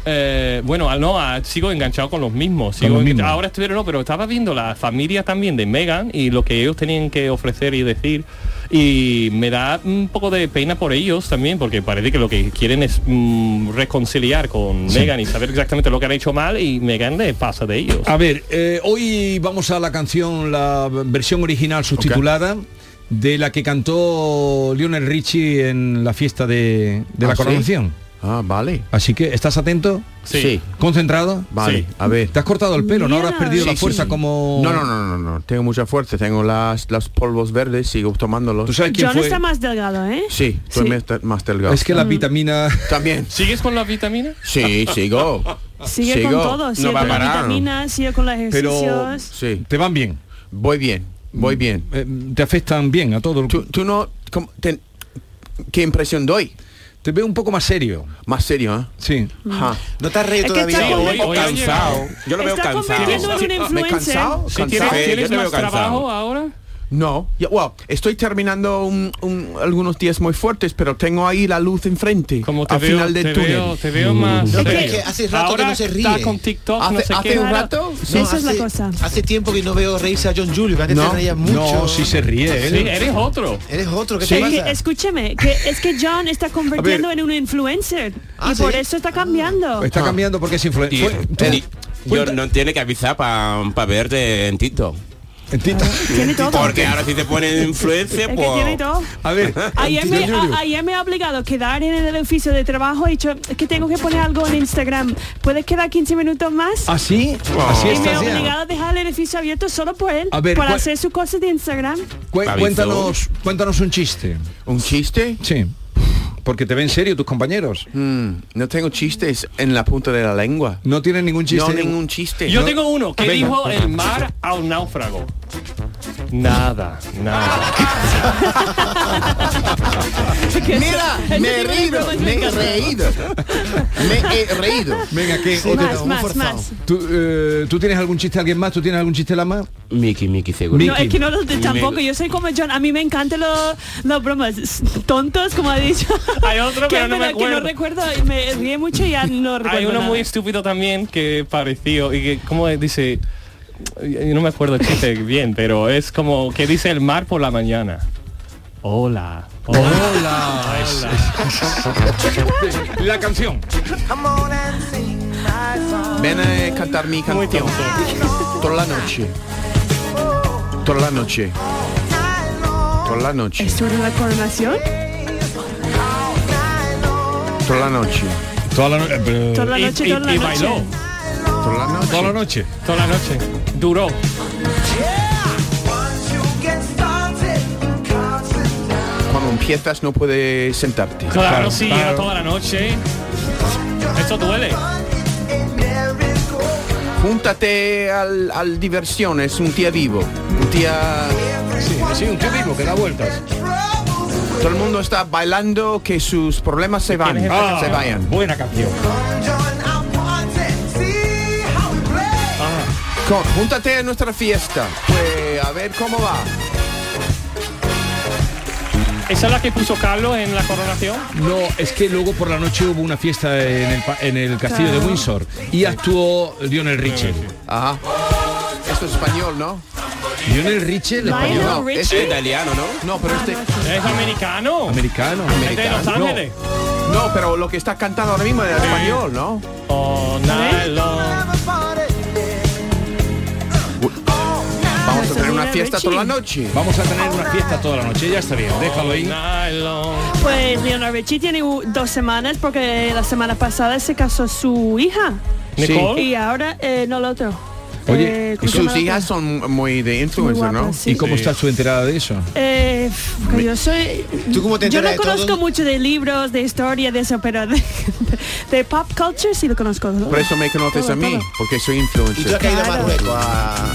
Speaker 5: Eh, bueno, ah, no, ah, sigo enganchado con los mismos. Sigo
Speaker 1: los
Speaker 5: enganchado-
Speaker 1: mismos.
Speaker 5: Ahora estuvieron, no, pero estaba viendo la familia también de Megan y lo que ellos tenían que ofrecer y decir. Y me da un poco de pena por ellos también, porque parece que lo que quieren es mm, reconciliar con Megan y saber exactamente lo que han hecho mal y Megan le pasa de ellos.
Speaker 1: A ver, eh, hoy vamos a la canción, la versión original subtitulada. De la que cantó Lionel Richie en la fiesta de, de
Speaker 4: ¿Ah,
Speaker 1: la
Speaker 4: sí?
Speaker 1: coronación.
Speaker 4: Ah, vale.
Speaker 1: Así que, ¿estás atento?
Speaker 5: Sí.
Speaker 1: ¿Concentrado?
Speaker 4: Vale,
Speaker 5: Sí.
Speaker 4: a ver.
Speaker 1: ¿Te has cortado el pelo? ¿No
Speaker 2: Mira.
Speaker 1: habrás perdido
Speaker 2: Sí,
Speaker 1: la
Speaker 2: sí.
Speaker 1: fuerza como...?
Speaker 4: No, no, no, no, no. Tengo mucha fuerza. Tengo las, los polvos verdes, sigo tomándolos.
Speaker 1: ¿Tú sabes quién
Speaker 2: John
Speaker 1: fue?
Speaker 2: está más delgado, ¿eh?
Speaker 4: Sí, soy
Speaker 2: Sí. Mm.
Speaker 4: más de- más delgado.
Speaker 1: Es que la vitamina...
Speaker 4: También.
Speaker 5: ¿Sigues con la vitamina?
Speaker 4: Sí, sigo.
Speaker 2: Sigue
Speaker 4: sigo.
Speaker 2: con todo, sigue
Speaker 6: No va a
Speaker 2: con las
Speaker 6: parar.
Speaker 2: vitaminas, sigue con los
Speaker 1: Pero-
Speaker 2: ejercicios.
Speaker 4: Sí,
Speaker 1: Te van bien. Mm.
Speaker 4: voy bien, voy bien.
Speaker 1: Eh, te afectan bien a todo. el-
Speaker 4: Tú, tú no... com- te- ¿Qué impresión doy?
Speaker 1: Te veo un poco más serio.
Speaker 4: Más serio, ¿eh?
Speaker 1: Sí.
Speaker 4: Ajá.
Speaker 3: Mm. ¿No te has reído
Speaker 2: Es que
Speaker 3: todavía?
Speaker 2: está Sí, hoy-
Speaker 5: hoy ha llegado.
Speaker 6: Yo lo veo
Speaker 2: Está convirtiendo
Speaker 6: cansado.
Speaker 2: en un
Speaker 3: ¿Me he
Speaker 2: influencer.
Speaker 3: cansado?
Speaker 5: Sí, ¿Tienes,
Speaker 3: Cansado.
Speaker 5: tienes
Speaker 6: yo te veo
Speaker 5: más
Speaker 6: cansado.
Speaker 5: trabajo ahora?
Speaker 4: No, ya- wow, estoy terminando un- un- algunos días muy fuertes, pero tengo ahí la luz enfrente
Speaker 5: Como te
Speaker 4: al
Speaker 5: veo,
Speaker 4: final del
Speaker 5: te
Speaker 4: túnel.
Speaker 5: veo, te
Speaker 1: Mm.
Speaker 5: veo más
Speaker 3: No, pero
Speaker 5: serio.
Speaker 3: es que hace rato
Speaker 5: Ahora
Speaker 3: que no se ríe.
Speaker 5: está con TikTok, no
Speaker 4: Hace-
Speaker 5: sé
Speaker 4: hace
Speaker 5: qué.
Speaker 4: un
Speaker 2: Claro.
Speaker 4: rato.
Speaker 2: Esa es la
Speaker 3: hace-
Speaker 2: cosa.
Speaker 3: Hace tiempo que no veo reírse a John Julius. Antes
Speaker 4: No,
Speaker 3: se reía mucho.
Speaker 1: No, si se ríe.
Speaker 5: Sí,
Speaker 1: él.
Speaker 5: eres otro.
Speaker 3: Eres otro, ¿qué
Speaker 2: Es
Speaker 3: te
Speaker 2: que,
Speaker 3: pasa?
Speaker 2: escúcheme, que es que John está convirtiendo en un influencer
Speaker 3: Ah,
Speaker 2: y
Speaker 3: ¿sí? Ah.
Speaker 2: por eso está cambiando.
Speaker 1: Ah, Está cambiando porque es
Speaker 6: Y-
Speaker 1: influencer.
Speaker 6: y- Yo no tiene que avisar para verte en TikTok.
Speaker 2: Tiene todo.
Speaker 6: Porque ahora si te ponen
Speaker 2: es
Speaker 6: influencer,
Speaker 2: que
Speaker 6: pues...
Speaker 2: tiene todo. ah,
Speaker 1: A ver,
Speaker 2: Ayer
Speaker 1: Tito
Speaker 2: me, a-
Speaker 1: Julio.
Speaker 2: ayer me ha obligado a quedar en el edificio de trabajo y dicho, es que tengo que poner algo en Instagram. ¿Puedes quedar 15 minutos más?
Speaker 1: ¿Así? ¿Ah, Así
Speaker 2: y me ha
Speaker 1: estás ya.
Speaker 2: obligado a dejar el edificio abierto solo por él,
Speaker 1: A ver,
Speaker 2: para
Speaker 1: ¿cuál-
Speaker 2: hacer sus cosas de Instagram.
Speaker 1: Cu-
Speaker 6: Avisó.
Speaker 1: Cuéntanos, cuéntanos un chiste.
Speaker 4: ¿Un chiste?
Speaker 1: Sí. Porque te ven serio tus compañeros.
Speaker 4: Mm, no tengo chistes en la punta de la lengua.
Speaker 1: No tienen ningún chiste.
Speaker 4: No ningún chiste.
Speaker 5: Yo
Speaker 4: No.
Speaker 5: tengo uno que
Speaker 4: Venga.
Speaker 5: dijo el mar a un náufrago. Nada, nada. Ah,
Speaker 4: Mira,
Speaker 2: Eso
Speaker 4: me he
Speaker 2: tipo de
Speaker 4: reído,
Speaker 2: bromas
Speaker 4: me he
Speaker 2: encanta.
Speaker 4: reído. Me he reído.
Speaker 1: Venga, que
Speaker 2: Sí,
Speaker 1: o te-
Speaker 2: más, más, más.
Speaker 1: ¿Tú, eh, ¿Tú tienes algún chiste alguien más? ¿Tú tienes algún chiste Lama?
Speaker 6: Miki, Miki, seguro.
Speaker 2: No, es que no lo
Speaker 6: Me-
Speaker 2: tampoco. Yo soy como John. A mí me encantan los los bromas s- tontos, como ha dicho.
Speaker 5: Hay otro,
Speaker 2: que,
Speaker 5: pero no me
Speaker 2: verdad que
Speaker 5: acuerdo.
Speaker 2: recuerdo. y Me ríe mucho y ya no recuerdo.
Speaker 5: Hay uno
Speaker 2: nada.
Speaker 5: muy estúpido también que pareció y que como dice, yo no me acuerdo el chiste bien, pero es como que dice el mar por la mañana. Hola. Hola.
Speaker 1: La canción.
Speaker 4: Ven a eh, cantar mi canción. Toda la noche. Toda la noche. Toda la noche.
Speaker 2: ¿Esto era la coronación?
Speaker 4: Toda la noche.
Speaker 1: Toda la, no- eh, pero-
Speaker 2: Toda la
Speaker 5: Y-
Speaker 2: noche,
Speaker 5: y-
Speaker 2: toda la
Speaker 5: y
Speaker 2: noche.
Speaker 5: bailó.
Speaker 4: Toda la noche.
Speaker 1: toda la noche.
Speaker 5: Toda la noche. Duró.
Speaker 4: Cuando empiezas no puedes sentarte.
Speaker 5: Claro,
Speaker 1: Claro,
Speaker 5: sí,
Speaker 1: claro.
Speaker 5: era toda la noche. Esto duele.
Speaker 4: Júntate al, al diversión, es un día vivo. Un día...
Speaker 1: Sí, sí, un tío vivo que da vueltas.
Speaker 4: Todo el mundo está bailando que sus problemas se van.
Speaker 5: ¿Quién es Ah, esta
Speaker 4: se vayan.
Speaker 1: Buena canción.
Speaker 4: Co- júntate a nuestra fiesta. Pues a ver cómo va.
Speaker 5: ¿Esa es la que puso Carlos en la coronación?
Speaker 1: No, es que luego por la noche hubo una fiesta en el, pa- en el castillo de Windsor y actuó Lionel Richie.
Speaker 4: Ajá. Esto es español, ¿no?
Speaker 1: Lionel Richie, el
Speaker 2: Lionel
Speaker 1: español
Speaker 4: No, es-
Speaker 6: Es italiano, ¿no?
Speaker 4: no, pero este...
Speaker 5: ¿Es americano?
Speaker 1: americano.
Speaker 5: ¿Es de Los
Speaker 4: No.
Speaker 5: Ángeles?
Speaker 4: No, pero lo que está cantando ahora mismo es en español, ¿no? ¿Eh?
Speaker 5: Oh, nylon.
Speaker 4: Vamos a tener una
Speaker 2: Lionel
Speaker 4: fiesta toda la
Speaker 2: Richie.
Speaker 4: noche.
Speaker 1: Vamos a tener una fiesta toda la noche, ya está bien, déjalo ahí.
Speaker 5: Nylon.
Speaker 2: Pues Leonor Richie tiene u- dos semanas porque la semana pasada se casó su hija.
Speaker 5: Nicole.
Speaker 2: Y ahora, eh, no el otro.
Speaker 1: Oye,
Speaker 2: Eh, ¿cómo
Speaker 4: Y
Speaker 2: se llama
Speaker 4: sus
Speaker 2: el
Speaker 4: hijas
Speaker 2: otro?
Speaker 4: son muy de influencer, ¿no?
Speaker 2: guapas, sí.
Speaker 1: ¿Y cómo estás tú enterada de eso?
Speaker 2: Eh, porque yo soy.
Speaker 3: ¿Tú cómo te
Speaker 2: yo no
Speaker 3: enteras de
Speaker 2: conozco
Speaker 3: todo?
Speaker 2: mucho de libros, de historia, de eso, pero de, de pop culture sí lo conozco. ¿no?
Speaker 4: Por eso me conoces
Speaker 2: Todo,
Speaker 4: a mí,
Speaker 2: todo.
Speaker 4: porque soy
Speaker 3: Y tú has
Speaker 4: influencer.
Speaker 3: caído a
Speaker 2: Claro.
Speaker 3: Marruecos. a-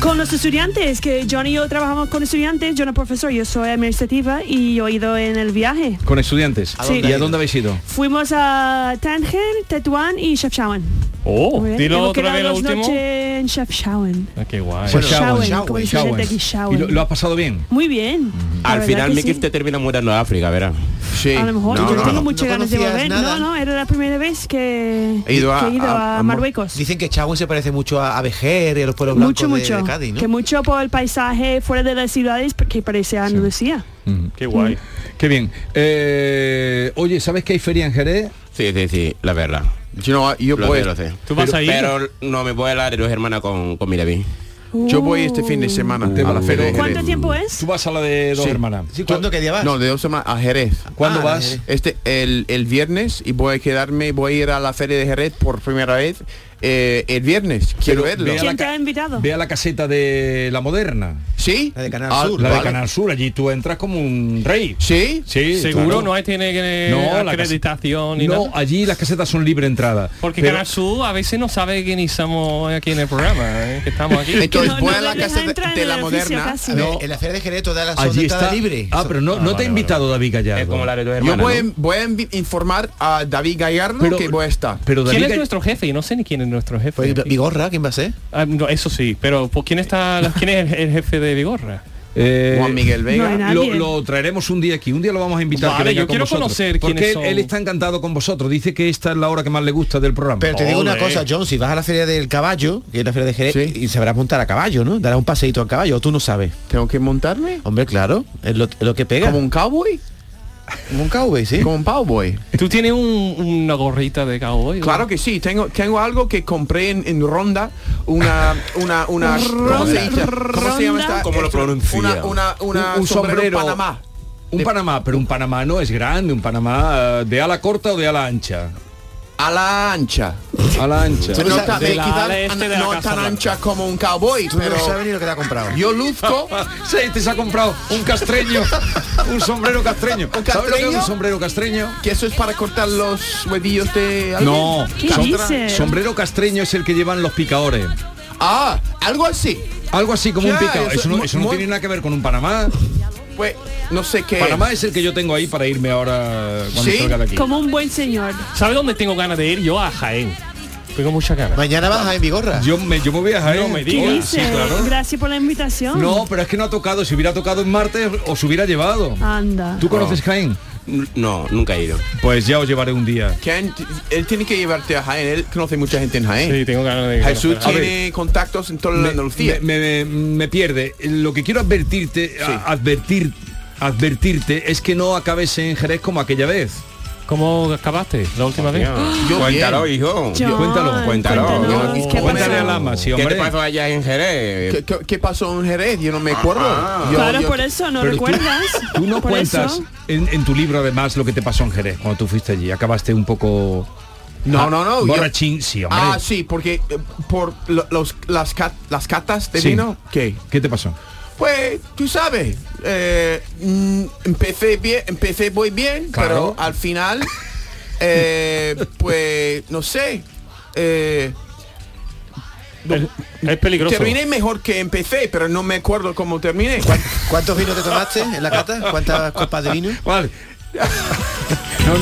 Speaker 2: Con los estudiantes, que John y yo trabajamos con estudiantes, yo no profesor, yo soy administrativa y yo he ido en el viaje.
Speaker 1: Con estudiantes.
Speaker 2: Sí.
Speaker 1: ¿Y a dónde habéis ido?
Speaker 2: Fuimos a Tánger, Tetuán y Chefchaouen.
Speaker 5: Oh,
Speaker 2: Muy bien.
Speaker 5: dilo
Speaker 2: Hemos
Speaker 5: otra
Speaker 2: quedado
Speaker 5: vez lo
Speaker 2: dos
Speaker 5: último.
Speaker 2: noches en Chefchaouen.
Speaker 5: Ah, qué guay.
Speaker 1: Pues
Speaker 2: Chefchaouen,
Speaker 1: Shawen,
Speaker 2: como dice
Speaker 1: Shawen.
Speaker 2: gente aquí,
Speaker 1: ¿Y
Speaker 2: Chefchaouen.
Speaker 1: lo, lo has pasado bien?
Speaker 2: Muy bien. La
Speaker 6: Al
Speaker 2: verdad
Speaker 6: final
Speaker 2: que
Speaker 6: Miki
Speaker 2: sí.
Speaker 6: te termina mudando a África, verás.
Speaker 4: Sí.
Speaker 2: A lo mejor,
Speaker 4: No,
Speaker 2: yo
Speaker 4: no,
Speaker 2: tengo
Speaker 4: no.
Speaker 2: muchas
Speaker 3: No
Speaker 2: ganas de
Speaker 3: conocías
Speaker 2: volver.
Speaker 3: nada.
Speaker 2: No, no, era la primera vez que
Speaker 4: He ido a-
Speaker 2: que he ido
Speaker 4: a-
Speaker 2: a,
Speaker 4: a-
Speaker 2: Marruecos.
Speaker 3: Dicen que Chagüen se parece mucho a, a Vejer y a los pueblos blancos
Speaker 2: mucho,
Speaker 3: de-
Speaker 2: mucho.
Speaker 3: de Cádiz, ¿no?
Speaker 2: Que mucho por el paisaje fuera de las ciudades que parece Andalucía.
Speaker 5: Qué guay.
Speaker 1: Mm. Qué bien. Eh, oye, ¿sabes que hay feria en Jerez?
Speaker 6: Sí, sí, sí, la verdad.
Speaker 4: You know what, yo
Speaker 6: Lo
Speaker 4: voy,
Speaker 6: sé, lo sé.
Speaker 5: ¿Tú vas
Speaker 6: pero,
Speaker 5: a ir?
Speaker 6: Pero no me voy a la de dos hermanas con, con Uh, mi David.
Speaker 4: yo voy este fin de semana a la feria de
Speaker 2: ¿Cuánto
Speaker 4: Jerez.
Speaker 2: tiempo es?
Speaker 1: Tú vas a la de dos
Speaker 4: Sí.
Speaker 1: hermanas.
Speaker 3: Sí,
Speaker 1: Tú-
Speaker 3: ¿Cuándo qué día vas?
Speaker 4: No, de dos semanas a Jerez.
Speaker 1: ¿Cuándo
Speaker 3: Ah,
Speaker 1: vas?
Speaker 3: Jerez.
Speaker 4: Este el, el viernes y voy a quedarme, voy a ir a la feria de Jerez por primera vez eh, el viernes.
Speaker 1: Pero
Speaker 4: Quiero verlo.
Speaker 1: ve a la
Speaker 2: ¿Quién te
Speaker 1: ca-
Speaker 2: ha invitado?
Speaker 1: Ve a la caseta de la moderna.
Speaker 4: ¿Sí?
Speaker 3: La de Canal
Speaker 4: Ah,
Speaker 3: Sur,
Speaker 1: La de
Speaker 4: vale.
Speaker 1: Canal Sur, allí tú entras como un rey.
Speaker 4: ¿Sí?
Speaker 1: Sí,
Speaker 5: Seguro
Speaker 1: claro.
Speaker 5: no hay tiene que-
Speaker 1: No, la
Speaker 5: acreditación ni
Speaker 1: No,
Speaker 5: nada.
Speaker 1: allí las casetas son libre entrada.
Speaker 5: Porque
Speaker 1: Pero-
Speaker 5: Canal Sur a veces no sabe que ni estamos aquí en el programa, ¿eh? que estamos aquí.
Speaker 4: Entonces,
Speaker 3: pues,
Speaker 2: No,
Speaker 4: voy
Speaker 2: no
Speaker 4: a la
Speaker 2: les
Speaker 4: casa de,
Speaker 2: entra en
Speaker 4: de
Speaker 2: el
Speaker 4: la
Speaker 2: edificio
Speaker 4: moderna.
Speaker 2: casi.
Speaker 3: A ver,
Speaker 1: No.
Speaker 3: en la Feria de Jerez toda la zona
Speaker 1: allí
Speaker 3: está
Speaker 1: está
Speaker 3: libre.
Speaker 1: Ah, pero
Speaker 6: Ah,
Speaker 1: no, no te
Speaker 6: vale,
Speaker 1: ha invitado David Gallardo.
Speaker 6: Es como la de tu
Speaker 4: Yo
Speaker 6: hermana.
Speaker 4: voy, a-
Speaker 6: ¿no?
Speaker 4: voy a envi- informar a David Gallardo
Speaker 1: Pero-
Speaker 4: que voy a estar.
Speaker 1: Pero David
Speaker 5: ¿Quién es
Speaker 1: Gall-
Speaker 5: nuestro jefe? Yo no sé ni quién es nuestro jefe.
Speaker 3: Pues,
Speaker 5: aquí.
Speaker 3: Vigorra, ¿quién va a ser?
Speaker 5: Ah, no, eso sí, pero ¿por quién está la- quién es el, el jefe de Vigorra?
Speaker 1: Eh,
Speaker 4: Juan Miguel
Speaker 2: no
Speaker 4: Vega.
Speaker 2: hay nada.
Speaker 1: lo,
Speaker 2: Nadie.
Speaker 1: lo traeremos un día aquí, un día lo vamos a invitar.
Speaker 5: Vale,
Speaker 1: que venga
Speaker 5: yo
Speaker 1: con
Speaker 5: quiero
Speaker 1: vosotros.
Speaker 5: conocer
Speaker 1: Porque
Speaker 5: quiénes
Speaker 1: él, él
Speaker 5: son.
Speaker 1: está encantado con vosotros, dice que esta es la hora que más le gusta del programa.
Speaker 3: Pero te digo una
Speaker 5: Ole.
Speaker 3: cosa, John, si vas a la feria del caballo, que es la feria de Jerez,
Speaker 4: Sí.
Speaker 3: y sabrás montar a caballo, ¿no? Darás un paseíto a caballo, o tú no sabes.
Speaker 4: ¿Tengo que montarme?
Speaker 3: Hombre, claro, es lo, es lo que pega.
Speaker 4: ¿Como un cowboy?
Speaker 3: Como un cowboy, ¿sí?
Speaker 4: ¿Como un cowboy?
Speaker 5: ¿Tú tienes un- una gorrita de cowboy?
Speaker 4: Claro que sí, tengo, tengo algo que compré en, en Ronda, una, una, una, ¿cómo se dice? ¿Cómo se llama esta?
Speaker 7: ¿Cómo lo pronuncia?
Speaker 4: Una, una, una
Speaker 1: Un- un sombrero.
Speaker 4: Panamá.
Speaker 1: Un
Speaker 4: de-
Speaker 1: Panamá, pero un Panamá no es grande, un Panamá eh, de ala corta o de ala ancha.
Speaker 4: A la ancha.
Speaker 1: Ala ancha.
Speaker 4: No,
Speaker 3: sabes-
Speaker 4: tan-
Speaker 3: de la
Speaker 4: equidad-
Speaker 5: ala este de la
Speaker 4: no
Speaker 5: Casa
Speaker 4: tan
Speaker 5: Blanca.
Speaker 4: ancha como un cowboy,
Speaker 3: Tú
Speaker 4: pero
Speaker 3: no sabes ni lo que te ha comprado.
Speaker 4: yo luzco
Speaker 1: Sí, te se ha comprado un castreño, un sombrero castreño.
Speaker 4: ¿Un
Speaker 1: ¿Sabes lo que es
Speaker 4: castreño?
Speaker 1: un sombrero castreño?
Speaker 4: que eso es para cortar los huevillos de alguien.
Speaker 1: No,
Speaker 2: ¿Qué
Speaker 1: som-
Speaker 2: dices?
Speaker 1: sombrero castreño es el que llevan los picadores.
Speaker 4: Ah, algo así.
Speaker 1: Algo así como un
Speaker 4: Ya,
Speaker 1: picado.
Speaker 4: eso-
Speaker 1: Eso no, eso no
Speaker 4: mu-
Speaker 1: tiene nada que ver con un Panamá.
Speaker 4: Pues no sé qué.
Speaker 1: Panamá es el que yo tengo ahí para irme ahora cuando
Speaker 4: ¿Sí?
Speaker 1: salga de aquí.
Speaker 2: Como un buen señor.
Speaker 5: ¿Sabes dónde tengo ganas de ir? Yo a Jaén. Tengo muchas ganas.
Speaker 3: Mañana vas a en Vigorra.
Speaker 1: Yo me, yo me voy a Jaén.
Speaker 5: No me
Speaker 2: ¿Qué
Speaker 5: Diga,
Speaker 2: dices?
Speaker 5: sí, claro.
Speaker 2: Gracias por la invitación.
Speaker 1: No, pero es que no ha tocado. Si hubiera tocado en martes, os hubiera llevado.
Speaker 2: Anda.
Speaker 1: ¿Tú conoces Jaén?
Speaker 6: No, nunca he ido.
Speaker 1: Pues ya os llevaré un día.
Speaker 4: Ken, t- él tiene que llevarte a Jaén, él conoce mucha gente en Jaén.
Speaker 5: Sí, tengo ganas de
Speaker 4: Jesús
Speaker 5: conocer a-
Speaker 4: tiene contactos en toda la
Speaker 1: Me,
Speaker 4: Andalucía.
Speaker 1: me- me- me pierde. Lo que quiero advertirte, a- advertir, advertirte es que no acabes en Jerez como aquella vez. Ah.
Speaker 5: ¿Cómo acabaste la última vez?
Speaker 4: Yo
Speaker 7: Cuéntalo,
Speaker 4: bien.
Speaker 7: hijo.
Speaker 2: John,
Speaker 7: cuéntalo.
Speaker 1: cuéntalo,
Speaker 2: cuéntanos,
Speaker 4: No,
Speaker 2: ¿qué ha
Speaker 1: Cuéntale
Speaker 2: pasado?
Speaker 1: a Lama, sí,
Speaker 7: ¿Qué
Speaker 1: hombre.
Speaker 7: te pasó allá en Jerez?
Speaker 1: Eh,
Speaker 4: ¿Qué, qué, qué pasó en Jerez? Yo no me acuerdo.
Speaker 7: Ah.
Speaker 4: Yo-
Speaker 2: Claro,
Speaker 4: yo-
Speaker 2: por eso no
Speaker 1: Pero tú-
Speaker 2: recuerdas.
Speaker 1: Tú no
Speaker 2: Por
Speaker 1: cuentas
Speaker 2: eso.
Speaker 1: en, en tu libro además lo que te pasó en Jerez cuando tú fuiste allí. Acabaste un poco
Speaker 4: No, no, no. yo-
Speaker 1: borrachín, sí, hombre.
Speaker 4: Ah, sí, porque eh, por lo- los, las, cat- las catas de
Speaker 1: Sí.
Speaker 4: vino, ¿qué?
Speaker 1: ¿Qué te pasó?
Speaker 4: Pues, tú sabes, eh, mm, empecé bien, empecé muy bien,
Speaker 1: Claro.
Speaker 4: pero al final, eh, pues, no sé, eh,
Speaker 5: Es, es peligroso.
Speaker 4: terminé mejor que empecé, pero no me acuerdo cómo terminé. Bueno,
Speaker 3: ¿Cuántos vinos te tomaste en la cata? ¿Cuántas copas de vino?
Speaker 1: Vale. No, no.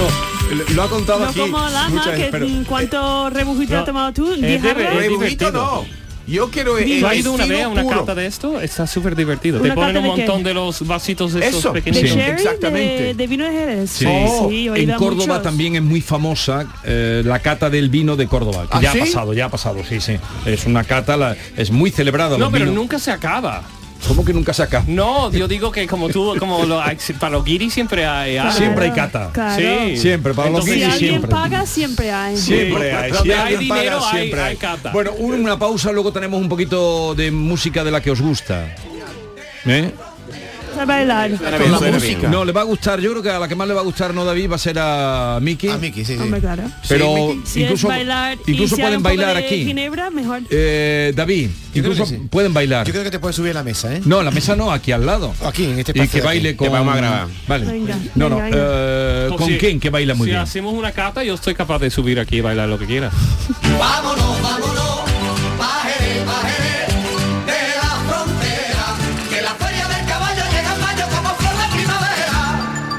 Speaker 1: lo- Lo ha contado
Speaker 2: No
Speaker 1: aquí.
Speaker 2: como Lama,
Speaker 1: muchas veces,
Speaker 2: que
Speaker 1: pero- eh,
Speaker 2: cuánto rebujito has tomado tú,
Speaker 5: de
Speaker 2: ¿Diez jarras?
Speaker 5: ver-
Speaker 4: Rebujito
Speaker 5: divertido.
Speaker 4: no. Yo quiero el,
Speaker 5: ¿Tú has ido una
Speaker 4: estilo
Speaker 5: vez a una
Speaker 4: puro.
Speaker 5: carta de esto? Está súper divertido.
Speaker 2: ¿Una
Speaker 5: Te ponen
Speaker 2: carta
Speaker 5: un
Speaker 2: de qué?
Speaker 5: montón de los vasitos esos
Speaker 4: Eso, de
Speaker 2: de
Speaker 5: pequeñitos.
Speaker 4: Sí,
Speaker 2: sherry,
Speaker 4: exactamente.
Speaker 2: de, de vino de Jerez.
Speaker 1: Sí.
Speaker 2: sí, he
Speaker 1: en
Speaker 2: ido a
Speaker 1: Córdoba
Speaker 2: muchos.
Speaker 1: también es muy famosa eh, la cata del vino de Córdoba. que
Speaker 4: ¿Ah,
Speaker 1: ya
Speaker 4: sí?
Speaker 1: ha pasado, ya ha pasado, sí, sí. Es una cata, la- es muy celebrada.
Speaker 5: No,
Speaker 1: los
Speaker 5: pero
Speaker 1: vinos.
Speaker 5: nunca se acaba.
Speaker 1: ¿Cómo que nunca saca?
Speaker 5: No, yo digo que como tú, como lo- para los guiris siempre hay algo.
Speaker 1: Siempre hay cata.
Speaker 2: Claro.
Speaker 5: Sí.
Speaker 1: Siempre, para los
Speaker 5: Entonces,
Speaker 2: Si
Speaker 1: guiris
Speaker 2: alguien
Speaker 1: siempre.
Speaker 2: paga, siempre hay.
Speaker 1: Siempre hay,
Speaker 5: Donde
Speaker 1: siempre
Speaker 5: hay
Speaker 1: paga,
Speaker 5: dinero, hay-
Speaker 1: siempre ¿eh?
Speaker 5: hay cata.
Speaker 1: Bueno, una pausa, luego tenemos un poquito de música de la que os gusta. ¿Eh?
Speaker 2: A bailar.
Speaker 4: Con la música.
Speaker 1: No, le va a gustar, yo creo que a la que más le va a gustar, no David, va a ser a Miki.
Speaker 3: A Miki, sí, sí.
Speaker 2: Hombre, claro.
Speaker 1: Pero
Speaker 2: Si
Speaker 1: incluso,
Speaker 2: es bailar y
Speaker 1: incluso
Speaker 2: si hay
Speaker 1: pueden
Speaker 2: un poco
Speaker 1: bailar
Speaker 2: de
Speaker 1: aquí.
Speaker 2: Ginebra, mejor.
Speaker 1: Eh, David,
Speaker 3: creo
Speaker 1: incluso
Speaker 3: que sí.
Speaker 1: pueden bailar.
Speaker 3: Yo creo que te puedes subir a la mesa, ¿eh?
Speaker 1: No, en la mesa no, aquí al lado.
Speaker 3: O Aquí, en este
Speaker 1: Y
Speaker 3: espacio
Speaker 1: que
Speaker 3: de aquí.
Speaker 1: baile con...
Speaker 7: Te vamos a grabar.
Speaker 1: Vale.
Speaker 2: Venga,
Speaker 1: no, no.
Speaker 2: venga, venga.
Speaker 1: eh,
Speaker 5: Pues
Speaker 1: ¿Con
Speaker 5: si-
Speaker 1: quién que baila muy
Speaker 5: si
Speaker 1: bien?
Speaker 5: hacemos una cata, yo estoy capaz de subir aquí y bailar lo que quieras.
Speaker 8: Vámonos, vámonos, bájere, bájere de la frontera, que la feria del caballo llega en mayo como flor de primavera.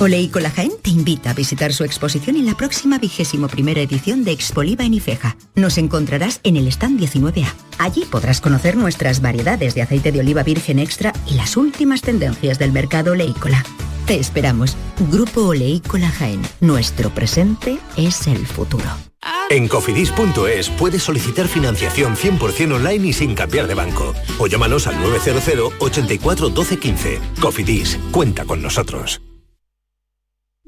Speaker 9: Olei Colajaén te invita a visitar su exposición en la próxima vigésimo primera edición de Expoliva en Ifeja. Nos encontrarás en el stand 19A. Allí podrás conocer nuestras variedades de aceite de oliva virgen extra y las últimas tendencias del mercado oleícola. Te esperamos. Grupo Oleícola Jaén. Nuestro presente es el futuro.
Speaker 2: I
Speaker 10: En cofidis.es puedes solicitar financiación 100% online y sin cambiar de banco. O llámanos al 900 84 12 15. Cofidis, cuenta con nosotros.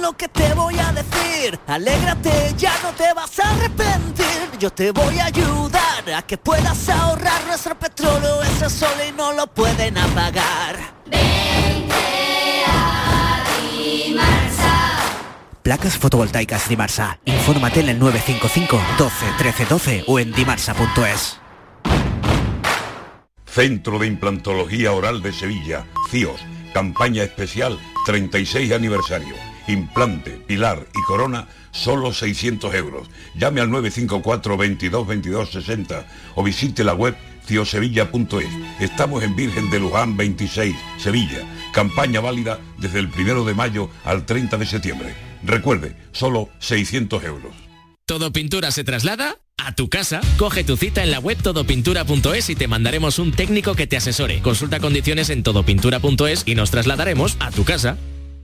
Speaker 1: lo que te voy a decir. Alégrate, ya no te vas a arrepentir. Yo te voy a ayudar a que puedas ahorrar nuestro petróleo. Ese sol y no lo pueden apagar.
Speaker 11: Placas fotovoltaicas Dimarsa. Infórmate en el 955 12 13 12 o en
Speaker 1: e.
Speaker 11: dimarsa.es.
Speaker 12: Centro de Implantología Oral de Sevilla, CIOS, campaña especial 36 aniversario. Implante, pilar y corona, solo 600 euros. Llame al 954 22 22 60 o visite la web ciosevilla.es. Estamos en Virgen de Luján 26, Sevilla. Campaña válida desde el 1 de mayo al 30 de septiembre. Recuerde, solo 600 euros.
Speaker 13: ¿Todo pintura se traslada? A tu casa. Coge tu cita en la web todopintura.es y te mandaremos un técnico que te asesore. Consulta condiciones en todopintura.es y nos trasladaremos a tu casa.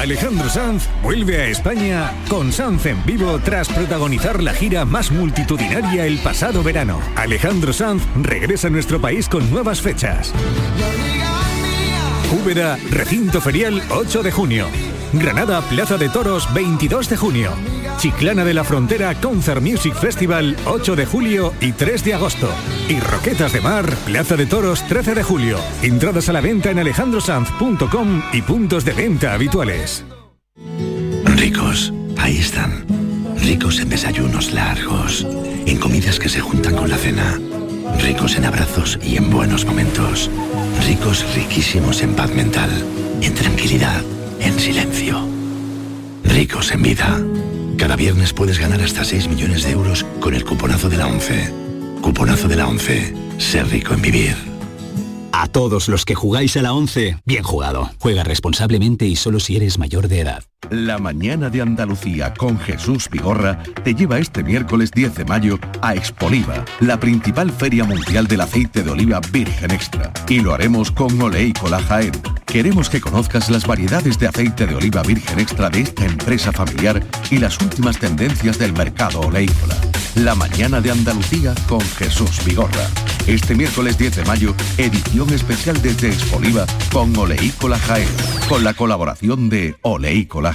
Speaker 8: Alejandro Sanz vuelve a España con Sanz en vivo tras protagonizar la gira más multitudinaria el pasado verano. Alejandro Sanz regresa a nuestro país con nuevas fechas. Úbeda, recinto ferial 8 de junio. Granada, Plaza de Toros 22 de junio. Chiclana de la Frontera Concert Music Festival 8 de julio y 3 de agosto. Y Roquetas de Mar, Plaza de Toros 13 de julio. Entradas a la venta en alejandrosanz.com y puntos de venta habituales.
Speaker 14: Ricos, ahí están. Ricos en desayunos largos, en comidas que se juntan con la cena. Ricos en abrazos y en buenos momentos. Ricos riquísimos en paz mental, en tranquilidad, en silencio. Ricos en vida. Cada viernes puedes ganar hasta 6 millones de euros con el cuponazo de la 11. Cuponazo de la 11. Ser rico en vivir.
Speaker 15: A todos los que jugáis a la 11, bien jugado. Juega responsablemente y solo si eres mayor de edad.
Speaker 16: La mañana de Andalucía con Jesús Vigorra te lleva este miércoles 10 de mayo a Expoliva, la principal feria mundial del aceite de oliva virgen extra. Y lo haremos con Oleícola Jaén. Queremos que conozcas las variedades de aceite de oliva virgen extra de esta empresa familiar y las últimas tendencias del mercado oleícola. La mañana de Andalucía con Jesús Vigorra. Este miércoles 10 de mayo, edición especial desde Expoliva con Oleícola Jaén, con la colaboración de Oleícola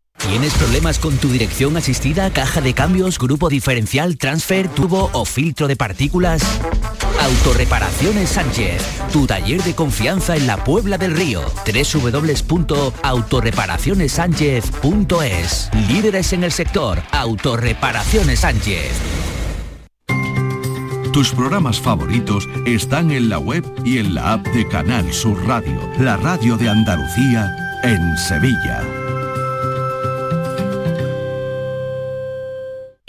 Speaker 17: ¿Tienes problemas con tu dirección asistida, caja de cambios, grupo diferencial, transfer, tubo o filtro de partículas? Autorreparaciones Sánchez, tu taller de confianza en la Puebla del Río. www.autorreparacionessánchez.es Líderes en el sector, Autorreparaciones Sánchez.
Speaker 16: Tus programas favoritos están en la web y en la app de Canal Sur Radio, la radio de Andalucía en Sevilla.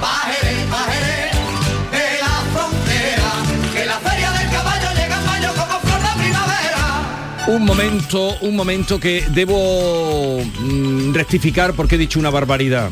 Speaker 1: pajeré, pajeré, de la frontera, que la feria del caballo llega en mayo como flor de primavera. eh, Un momento, un momento que debo mm, rectificar porque he dicho una barbaridad.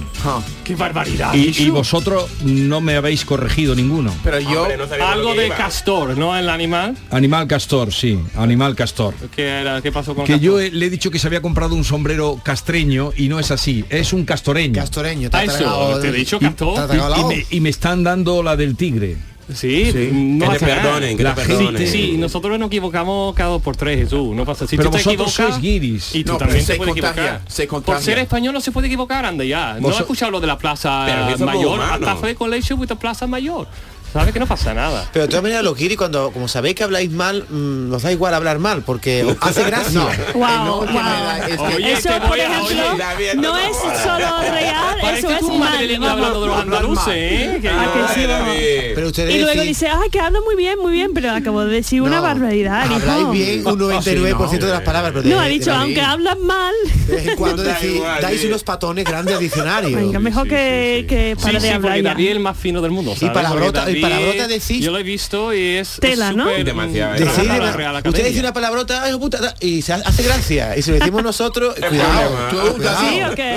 Speaker 5: ¡Qué barbaridad!
Speaker 1: Y, y vosotros no me habéis corregido ninguno.
Speaker 5: Pero yo, algo de castor, ¿no? El animal.
Speaker 1: Animal castor, sí, animal castor.
Speaker 5: ¿Qué, era? ¿Qué pasó con
Speaker 1: Que
Speaker 5: castor?
Speaker 1: yo he- le he dicho que se había comprado un sombrero castreño y no es así, es un castoreño.
Speaker 3: Castoreño, te ha
Speaker 5: Ah, eso,
Speaker 3: tragado-
Speaker 5: te he dicho
Speaker 3: y-
Speaker 5: castor.
Speaker 3: te ha tragado la
Speaker 1: Y, y
Speaker 3: O.
Speaker 1: me, y me están dando la del tigre.
Speaker 5: Sí, no
Speaker 1: Que te
Speaker 5: hace nada.
Speaker 1: perdonen, que te
Speaker 5: La gente-
Speaker 1: perdonen.
Speaker 5: Sí, nosotros nos equivocamos cada dos por tres, Jesús. No pasa. Si
Speaker 1: Pero
Speaker 5: tú te
Speaker 1: vosotros
Speaker 5: equivocas,
Speaker 1: sois guiris.
Speaker 5: Y tú
Speaker 1: No, pero
Speaker 5: también
Speaker 1: se
Speaker 5: te puedes
Speaker 1: contagia,
Speaker 5: equivocar.
Speaker 1: se
Speaker 5: por
Speaker 1: contagia.
Speaker 5: ser español no se puede equivocar, anda ya. No
Speaker 1: Vos-
Speaker 5: he escuchado lo de la
Speaker 3: Pero
Speaker 5: plaza
Speaker 3: que somos
Speaker 5: mayor.
Speaker 3: humanos.
Speaker 5: Hasta fue colegio with the plaza mayor. Sabes que no pasa nada.
Speaker 3: Pero de todas maneras, los guiris, cuando, como sabéis que habláis mal, mm, os da igual hablar mal, porque os hace gracia.
Speaker 2: No. Guau,
Speaker 3: No, que me da-
Speaker 2: guau.
Speaker 3: es que-
Speaker 2: Oye, Eso, te por voy a- ejemplo, oye, David, no no es jodas. solo real,
Speaker 5: Parece
Speaker 2: eso
Speaker 5: tú
Speaker 2: es
Speaker 5: un
Speaker 2: mal,
Speaker 5: madrileño
Speaker 2: vamos.
Speaker 5: hablando de los andaluces, ¿eh? Que
Speaker 2: Ah,
Speaker 5: yo-
Speaker 2: que sí, vamos.
Speaker 3: Pero ustedes
Speaker 2: Y luego
Speaker 3: decís-
Speaker 2: dice, ah, que habla muy bien, muy bien, pero acabo de decir una barbaridad. hijo.
Speaker 3: habláis bien un 99% de las palabras. Pero de-
Speaker 2: No, ha
Speaker 3: de
Speaker 2: dicho,
Speaker 3: David,
Speaker 2: aunque hablan mal.
Speaker 3: de vez en cuando decís, dais unos patones grandes al diccionario.
Speaker 2: Venga, mejor que, que
Speaker 5: Sí,
Speaker 2: para
Speaker 5: sí,
Speaker 2: de
Speaker 5: porque
Speaker 2: hablar ya.
Speaker 5: David es el más fino del mundo. ¿sabes?
Speaker 3: palabrota-
Speaker 5: Porque
Speaker 3: y palabrota
Speaker 5: David,
Speaker 3: decís-
Speaker 5: Yo lo he visto y es es
Speaker 3: Tela, ¿no?
Speaker 5: súper, mm,
Speaker 3: Demasiado,
Speaker 5: trabaja
Speaker 3: Decís
Speaker 5: para la
Speaker 3: dema-
Speaker 5: Real
Speaker 3: Usted dice
Speaker 5: Academia.
Speaker 3: una palabrota "Ay, hijo puta", da- y se hace gracia. Y si lo decimos nosotros,
Speaker 4: problema.
Speaker 3: cuidado. cuidado. Hombre,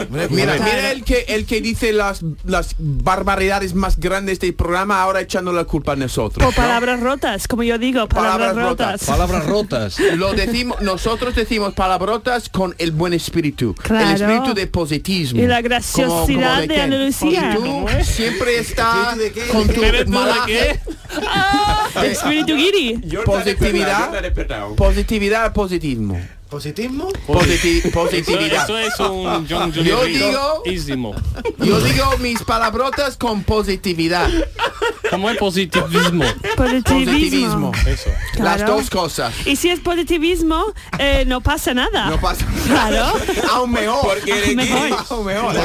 Speaker 4: Mira,
Speaker 3: cuidado.
Speaker 4: mira el que el que dice las las barbaridades más grandes del programa ahora echando la culpa a nosotros.
Speaker 2: O palabras rotas, como yo digo, palabras, rotas.
Speaker 4: Lo decimos, nosotros decimos palabrotas con el buen espíritu.
Speaker 2: Claro.
Speaker 4: El espíritu de positivismo.
Speaker 2: Y la graciosidad de
Speaker 4: qué?
Speaker 2: Andalucía.
Speaker 4: Y tú siempre está con tu Eh, mala-
Speaker 2: Ah, Espíritu guiri.
Speaker 4: Positividad. Positividad, positivismo.
Speaker 3: ¿Positismo?
Speaker 4: Positi-
Speaker 5: Eso,
Speaker 4: positividad.
Speaker 5: eso es un John Julio
Speaker 4: Yo
Speaker 5: Rico
Speaker 4: digo,
Speaker 5: ísimo.
Speaker 4: yo digo mis palabrotas con positividad.
Speaker 5: ¿Cómo es positivismo?
Speaker 4: Positivismo.
Speaker 5: Eso.
Speaker 4: Las
Speaker 2: Claro.
Speaker 4: dos cosas.
Speaker 2: Y si es positivismo, eh, no pasa nada.
Speaker 4: No pasa
Speaker 2: Claro.
Speaker 4: Aún mejor.
Speaker 2: Porque eres Aún mejor. gay.
Speaker 4: Aún mejor.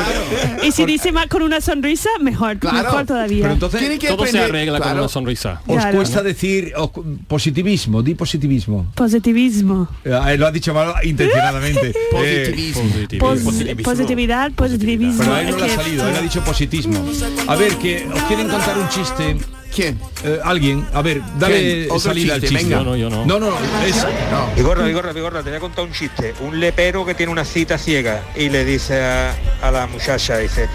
Speaker 2: Y si dice más con una sonrisa, mejor, mejor todavía.
Speaker 1: Pero entonces
Speaker 5: Todo se arregla con una sonrisa.
Speaker 1: Os
Speaker 2: Claro.
Speaker 1: cuesta decir os cu- positivismo, di positivismo.
Speaker 2: Positivismo.
Speaker 1: Ah, eh, lo ha dicho mal intencionadamente. Eh,
Speaker 4: Positivismo.
Speaker 2: Pos- positividad, positivismo.
Speaker 1: Pero a él
Speaker 2: Es
Speaker 1: no le
Speaker 2: que-
Speaker 1: ha salido, él ha dicho positismo. A ver, que os quieren contar un chiste. Eh,
Speaker 4: ¿Quién?
Speaker 1: alguien. A ver,
Speaker 4: ¿Quién?
Speaker 1: dale
Speaker 4: Otro
Speaker 1: salida al
Speaker 4: chiste,
Speaker 1: chiste.
Speaker 4: venga. No, no, yo no.
Speaker 1: No, no, no, es-
Speaker 18: Vigorra, Vigorra, Vigorra, te voy a contar un chiste. Un lepero que tiene una cita ciega y le dice a, a la muchacha, dice,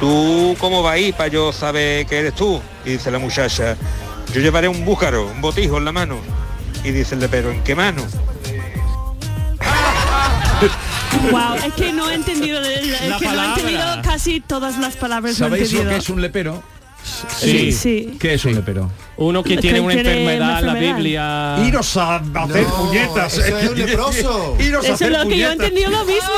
Speaker 18: ¿tú cómo vas ahí para yo saber que eres tú? Y dice la muchacha, yo llevaré un búcaro, un botijo en la mano. Y dice el lepero, ¿en qué mano?
Speaker 2: Wow, es que no he entendido, el- el- es
Speaker 1: La
Speaker 2: que no he
Speaker 1: palabra.
Speaker 2: entendido casi todas las palabras. Pues no he
Speaker 1: ¿Sabéis lo
Speaker 2: entendido.
Speaker 1: que es un lepero?
Speaker 2: Sí. Sí.
Speaker 1: ¿Qué es un lepero?
Speaker 5: Uno que tiene una enfermedad, la Biblia.
Speaker 1: Iros a hacer puñetas. ¿eh?
Speaker 3: eso es un leproso.
Speaker 1: Iros a
Speaker 2: Eso es
Speaker 1: hacer
Speaker 2: lo que yo he
Speaker 1: puñetas.
Speaker 2: entendido lo mismo,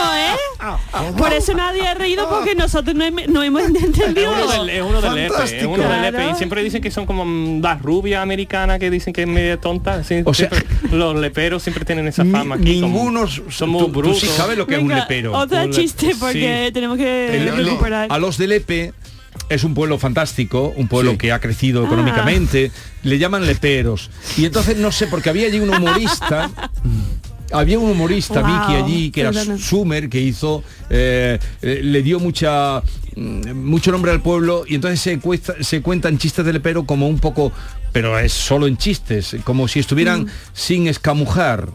Speaker 5: Ah,
Speaker 2: ¿eh? Por eso nadie ha reído porque nosotros no, hem- no hemos entendido.
Speaker 5: Es uno del- es uno del Lepe, es uno del E Lepe.
Speaker 2: Claro.
Speaker 5: Y siempre dicen que son como mm, las rubias americanas que dicen que es media tonta. Sí,
Speaker 1: O sea-
Speaker 5: siempre- los leperos siempre tienen esa fama aquí.
Speaker 1: Ninguno
Speaker 5: somos
Speaker 1: tú- tú
Speaker 5: brutos.
Speaker 1: sí sabes lo que es un
Speaker 2: Venga,
Speaker 1: lepero.
Speaker 2: Otro
Speaker 1: Un le-
Speaker 2: chiste porque
Speaker 1: Sí.
Speaker 2: tenemos que
Speaker 1: El- el-
Speaker 2: recuperar.
Speaker 1: a los de Lepe es un pueblo fantástico, un pueblo que ha
Speaker 11: Ah.
Speaker 1: crecido económicamente, le llaman leperos. Y entonces no sé, porque había allí un humorista, había un humorista,
Speaker 11: Wow,
Speaker 1: Vicky, allí, que era
Speaker 11: perdona.
Speaker 1: Sumer, que hizo, eh, eh, le dio mucha mm, mucho nombre al pueblo y entonces se, cuesta- se cuentan chistes de lepero como un poco, pero es solo en chistes, como si estuvieran
Speaker 11: Mm.
Speaker 1: sin escamujar.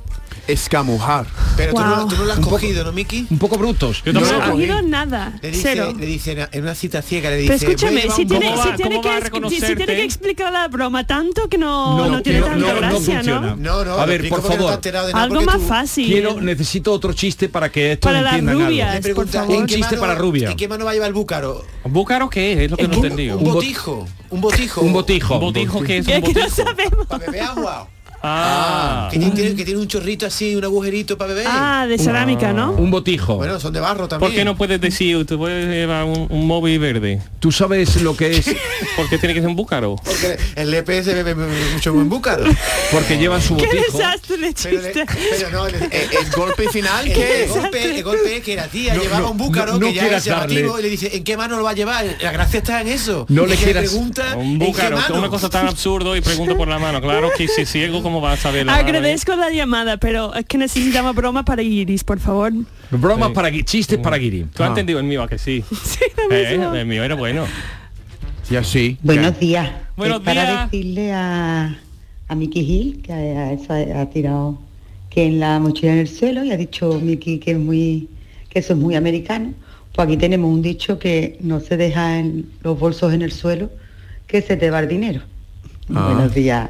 Speaker 4: Escamujar.
Speaker 3: Pero tú, no, tú no lo has
Speaker 1: Un poco-
Speaker 3: cogido, ¿no, Miki?
Speaker 1: Un poco brutos.
Speaker 3: Yo tampoco.
Speaker 2: No he cogido nada.
Speaker 3: Le dice,
Speaker 2: Cero.
Speaker 3: le dice en- en una cita ciega, le
Speaker 2: Pero
Speaker 3: dice...
Speaker 2: escúchame,
Speaker 3: "Voy a
Speaker 2: si
Speaker 3: llevar un
Speaker 2: tiene,
Speaker 3: poco
Speaker 2: si
Speaker 3: más".
Speaker 2: tiene que, expli- si tiene que explicar la broma tanto que no, no, tiene
Speaker 1: quiero-
Speaker 2: tanta
Speaker 1: no, no
Speaker 2: gracia, ¿no?
Speaker 1: funciona. a ver, por favor.
Speaker 2: Algo más fácil.
Speaker 1: Quiero, necesito otro chiste para que esto
Speaker 2: Para las
Speaker 1: entiendan algo.
Speaker 2: rubias,
Speaker 3: Le pregunta,
Speaker 2: por favor.
Speaker 3: ¿en
Speaker 1: Un
Speaker 3: qué
Speaker 1: chiste
Speaker 3: mano-
Speaker 1: para rubia.
Speaker 3: ¿En qué mano va a llevar el búcaro?
Speaker 5: ¿Búcaro qué es? Es lo que no
Speaker 3: Un-
Speaker 5: entendí.
Speaker 3: Un botijo. Un botijo.
Speaker 1: Un botijo. Un botijo
Speaker 5: que es un botijo.
Speaker 2: sabemos.
Speaker 3: Para beber agua.
Speaker 5: Ah.
Speaker 3: Que tiene, que tiene un chorrito así, un agujerito para beber.
Speaker 2: Ah, de cerámica, ¿no?
Speaker 1: Un botijo.
Speaker 3: Bueno, son de barro también.
Speaker 5: ¿Por qué no puedes decir, tú puedes llevar un, un móvil verde?
Speaker 1: ¿Tú sabes lo que es?
Speaker 5: Porque tiene que ser un búcaro.
Speaker 3: Porque el E EPS bebe mucho buen búcaro.
Speaker 1: Porque llevan su botijo.
Speaker 2: de
Speaker 3: chiste. Eh, Pero, no, el,
Speaker 4: el golpe final,
Speaker 3: el- el
Speaker 4: ¿qué es?
Speaker 3: golpe, el golpe es que la tía
Speaker 4: No,
Speaker 3: llevaba
Speaker 4: no,
Speaker 3: un búcaro
Speaker 4: no, no
Speaker 3: que ya
Speaker 4: quieras
Speaker 3: es llamativo
Speaker 4: darle.
Speaker 3: y le dice, ¿en qué mano lo va a llevar? La gracia está en eso.
Speaker 5: No
Speaker 3: Y
Speaker 5: le
Speaker 3: que
Speaker 5: quieras-
Speaker 3: pregunta,
Speaker 5: Un búcaro,
Speaker 3: ¿en qué
Speaker 5: una
Speaker 3: mano?
Speaker 5: cosa tan absurdo y pregunto por la mano. Claro que si ciego, ¿cómo vas a saber la mano?
Speaker 2: Agradezco la llamada, pero es que necesitamos broma para Iris, por favor.
Speaker 1: Bromas para gui- chistes para guiri.
Speaker 5: Tú has entendido el mío, a que sí. Eh, el mío era bueno.
Speaker 4: Ya sí.
Speaker 19: Buenos días.
Speaker 5: Buenos
Speaker 19: Es para
Speaker 5: días.
Speaker 19: decirle a, a Miki Gil que ha, ha- ha tirado que en la mochila en el suelo, y ha dicho Miki que es muy, que eso es muy americano, pues aquí tenemos un dicho que no se deja en los bolsos en el suelo, que se te va el dinero.
Speaker 1: Ah.
Speaker 19: Buenos días.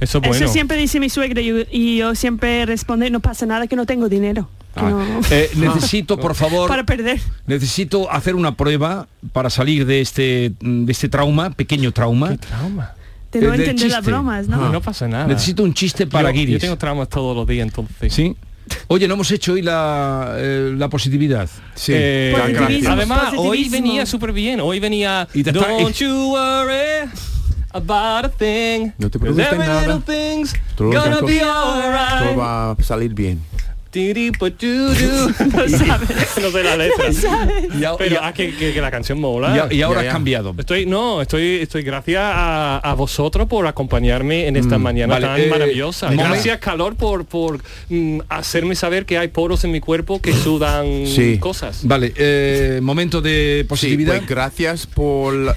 Speaker 5: Eso es
Speaker 2: Eso
Speaker 5: bueno.
Speaker 2: siempre dice mi suegra y yo, y yo siempre responde, no pasa nada que no tengo dinero. que
Speaker 1: Ah,
Speaker 2: no-
Speaker 1: eh, necesito, por favor,
Speaker 2: Para perder.
Speaker 1: necesito hacer una prueba para salir de este, de este trauma, pequeño trauma.
Speaker 5: trauma?
Speaker 2: De no
Speaker 1: Eh, del
Speaker 2: entender las
Speaker 1: chiste.
Speaker 2: bromas, ¿no?
Speaker 1: Ah.
Speaker 5: No pasa nada.
Speaker 1: Necesito un chiste para
Speaker 5: Yo- Yo
Speaker 1: guiris.
Speaker 5: tengo traumas todos los días entonces.
Speaker 1: Sí. Oye, no hemos hecho hoy la, eh, la positividad. Sí.
Speaker 5: Eh, además, hoy venía súper bien. Hoy venía
Speaker 1: Y te está-
Speaker 5: Don't you worry about a thing.
Speaker 4: No te preocupes
Speaker 5: Every
Speaker 4: nada.
Speaker 5: little thing's
Speaker 4: Todo lo que
Speaker 5: gonna
Speaker 4: co-
Speaker 5: be alright.
Speaker 4: todo va a salir bien.
Speaker 5: No sabes. no sé la letra.
Speaker 2: No sabes.
Speaker 5: Y ahora- Pero ah, que, que- que la canción mola.
Speaker 1: Y a- y ahora Ya, ya. has cambiado.
Speaker 5: Estoy, no, estoy, estoy gracias a, a vosotros por acompañarme en esta
Speaker 1: Mm,
Speaker 5: mañana
Speaker 1: vale,
Speaker 5: tan
Speaker 1: eh,
Speaker 5: maravillosa.
Speaker 1: momen-
Speaker 5: Gracias, calor, por, por mm, hacerme saber que hay poros en mi cuerpo que sudan
Speaker 1: Sí.
Speaker 5: cosas.
Speaker 1: Vale, eh, momento de positividad.
Speaker 4: Sí, pues, gracias por la-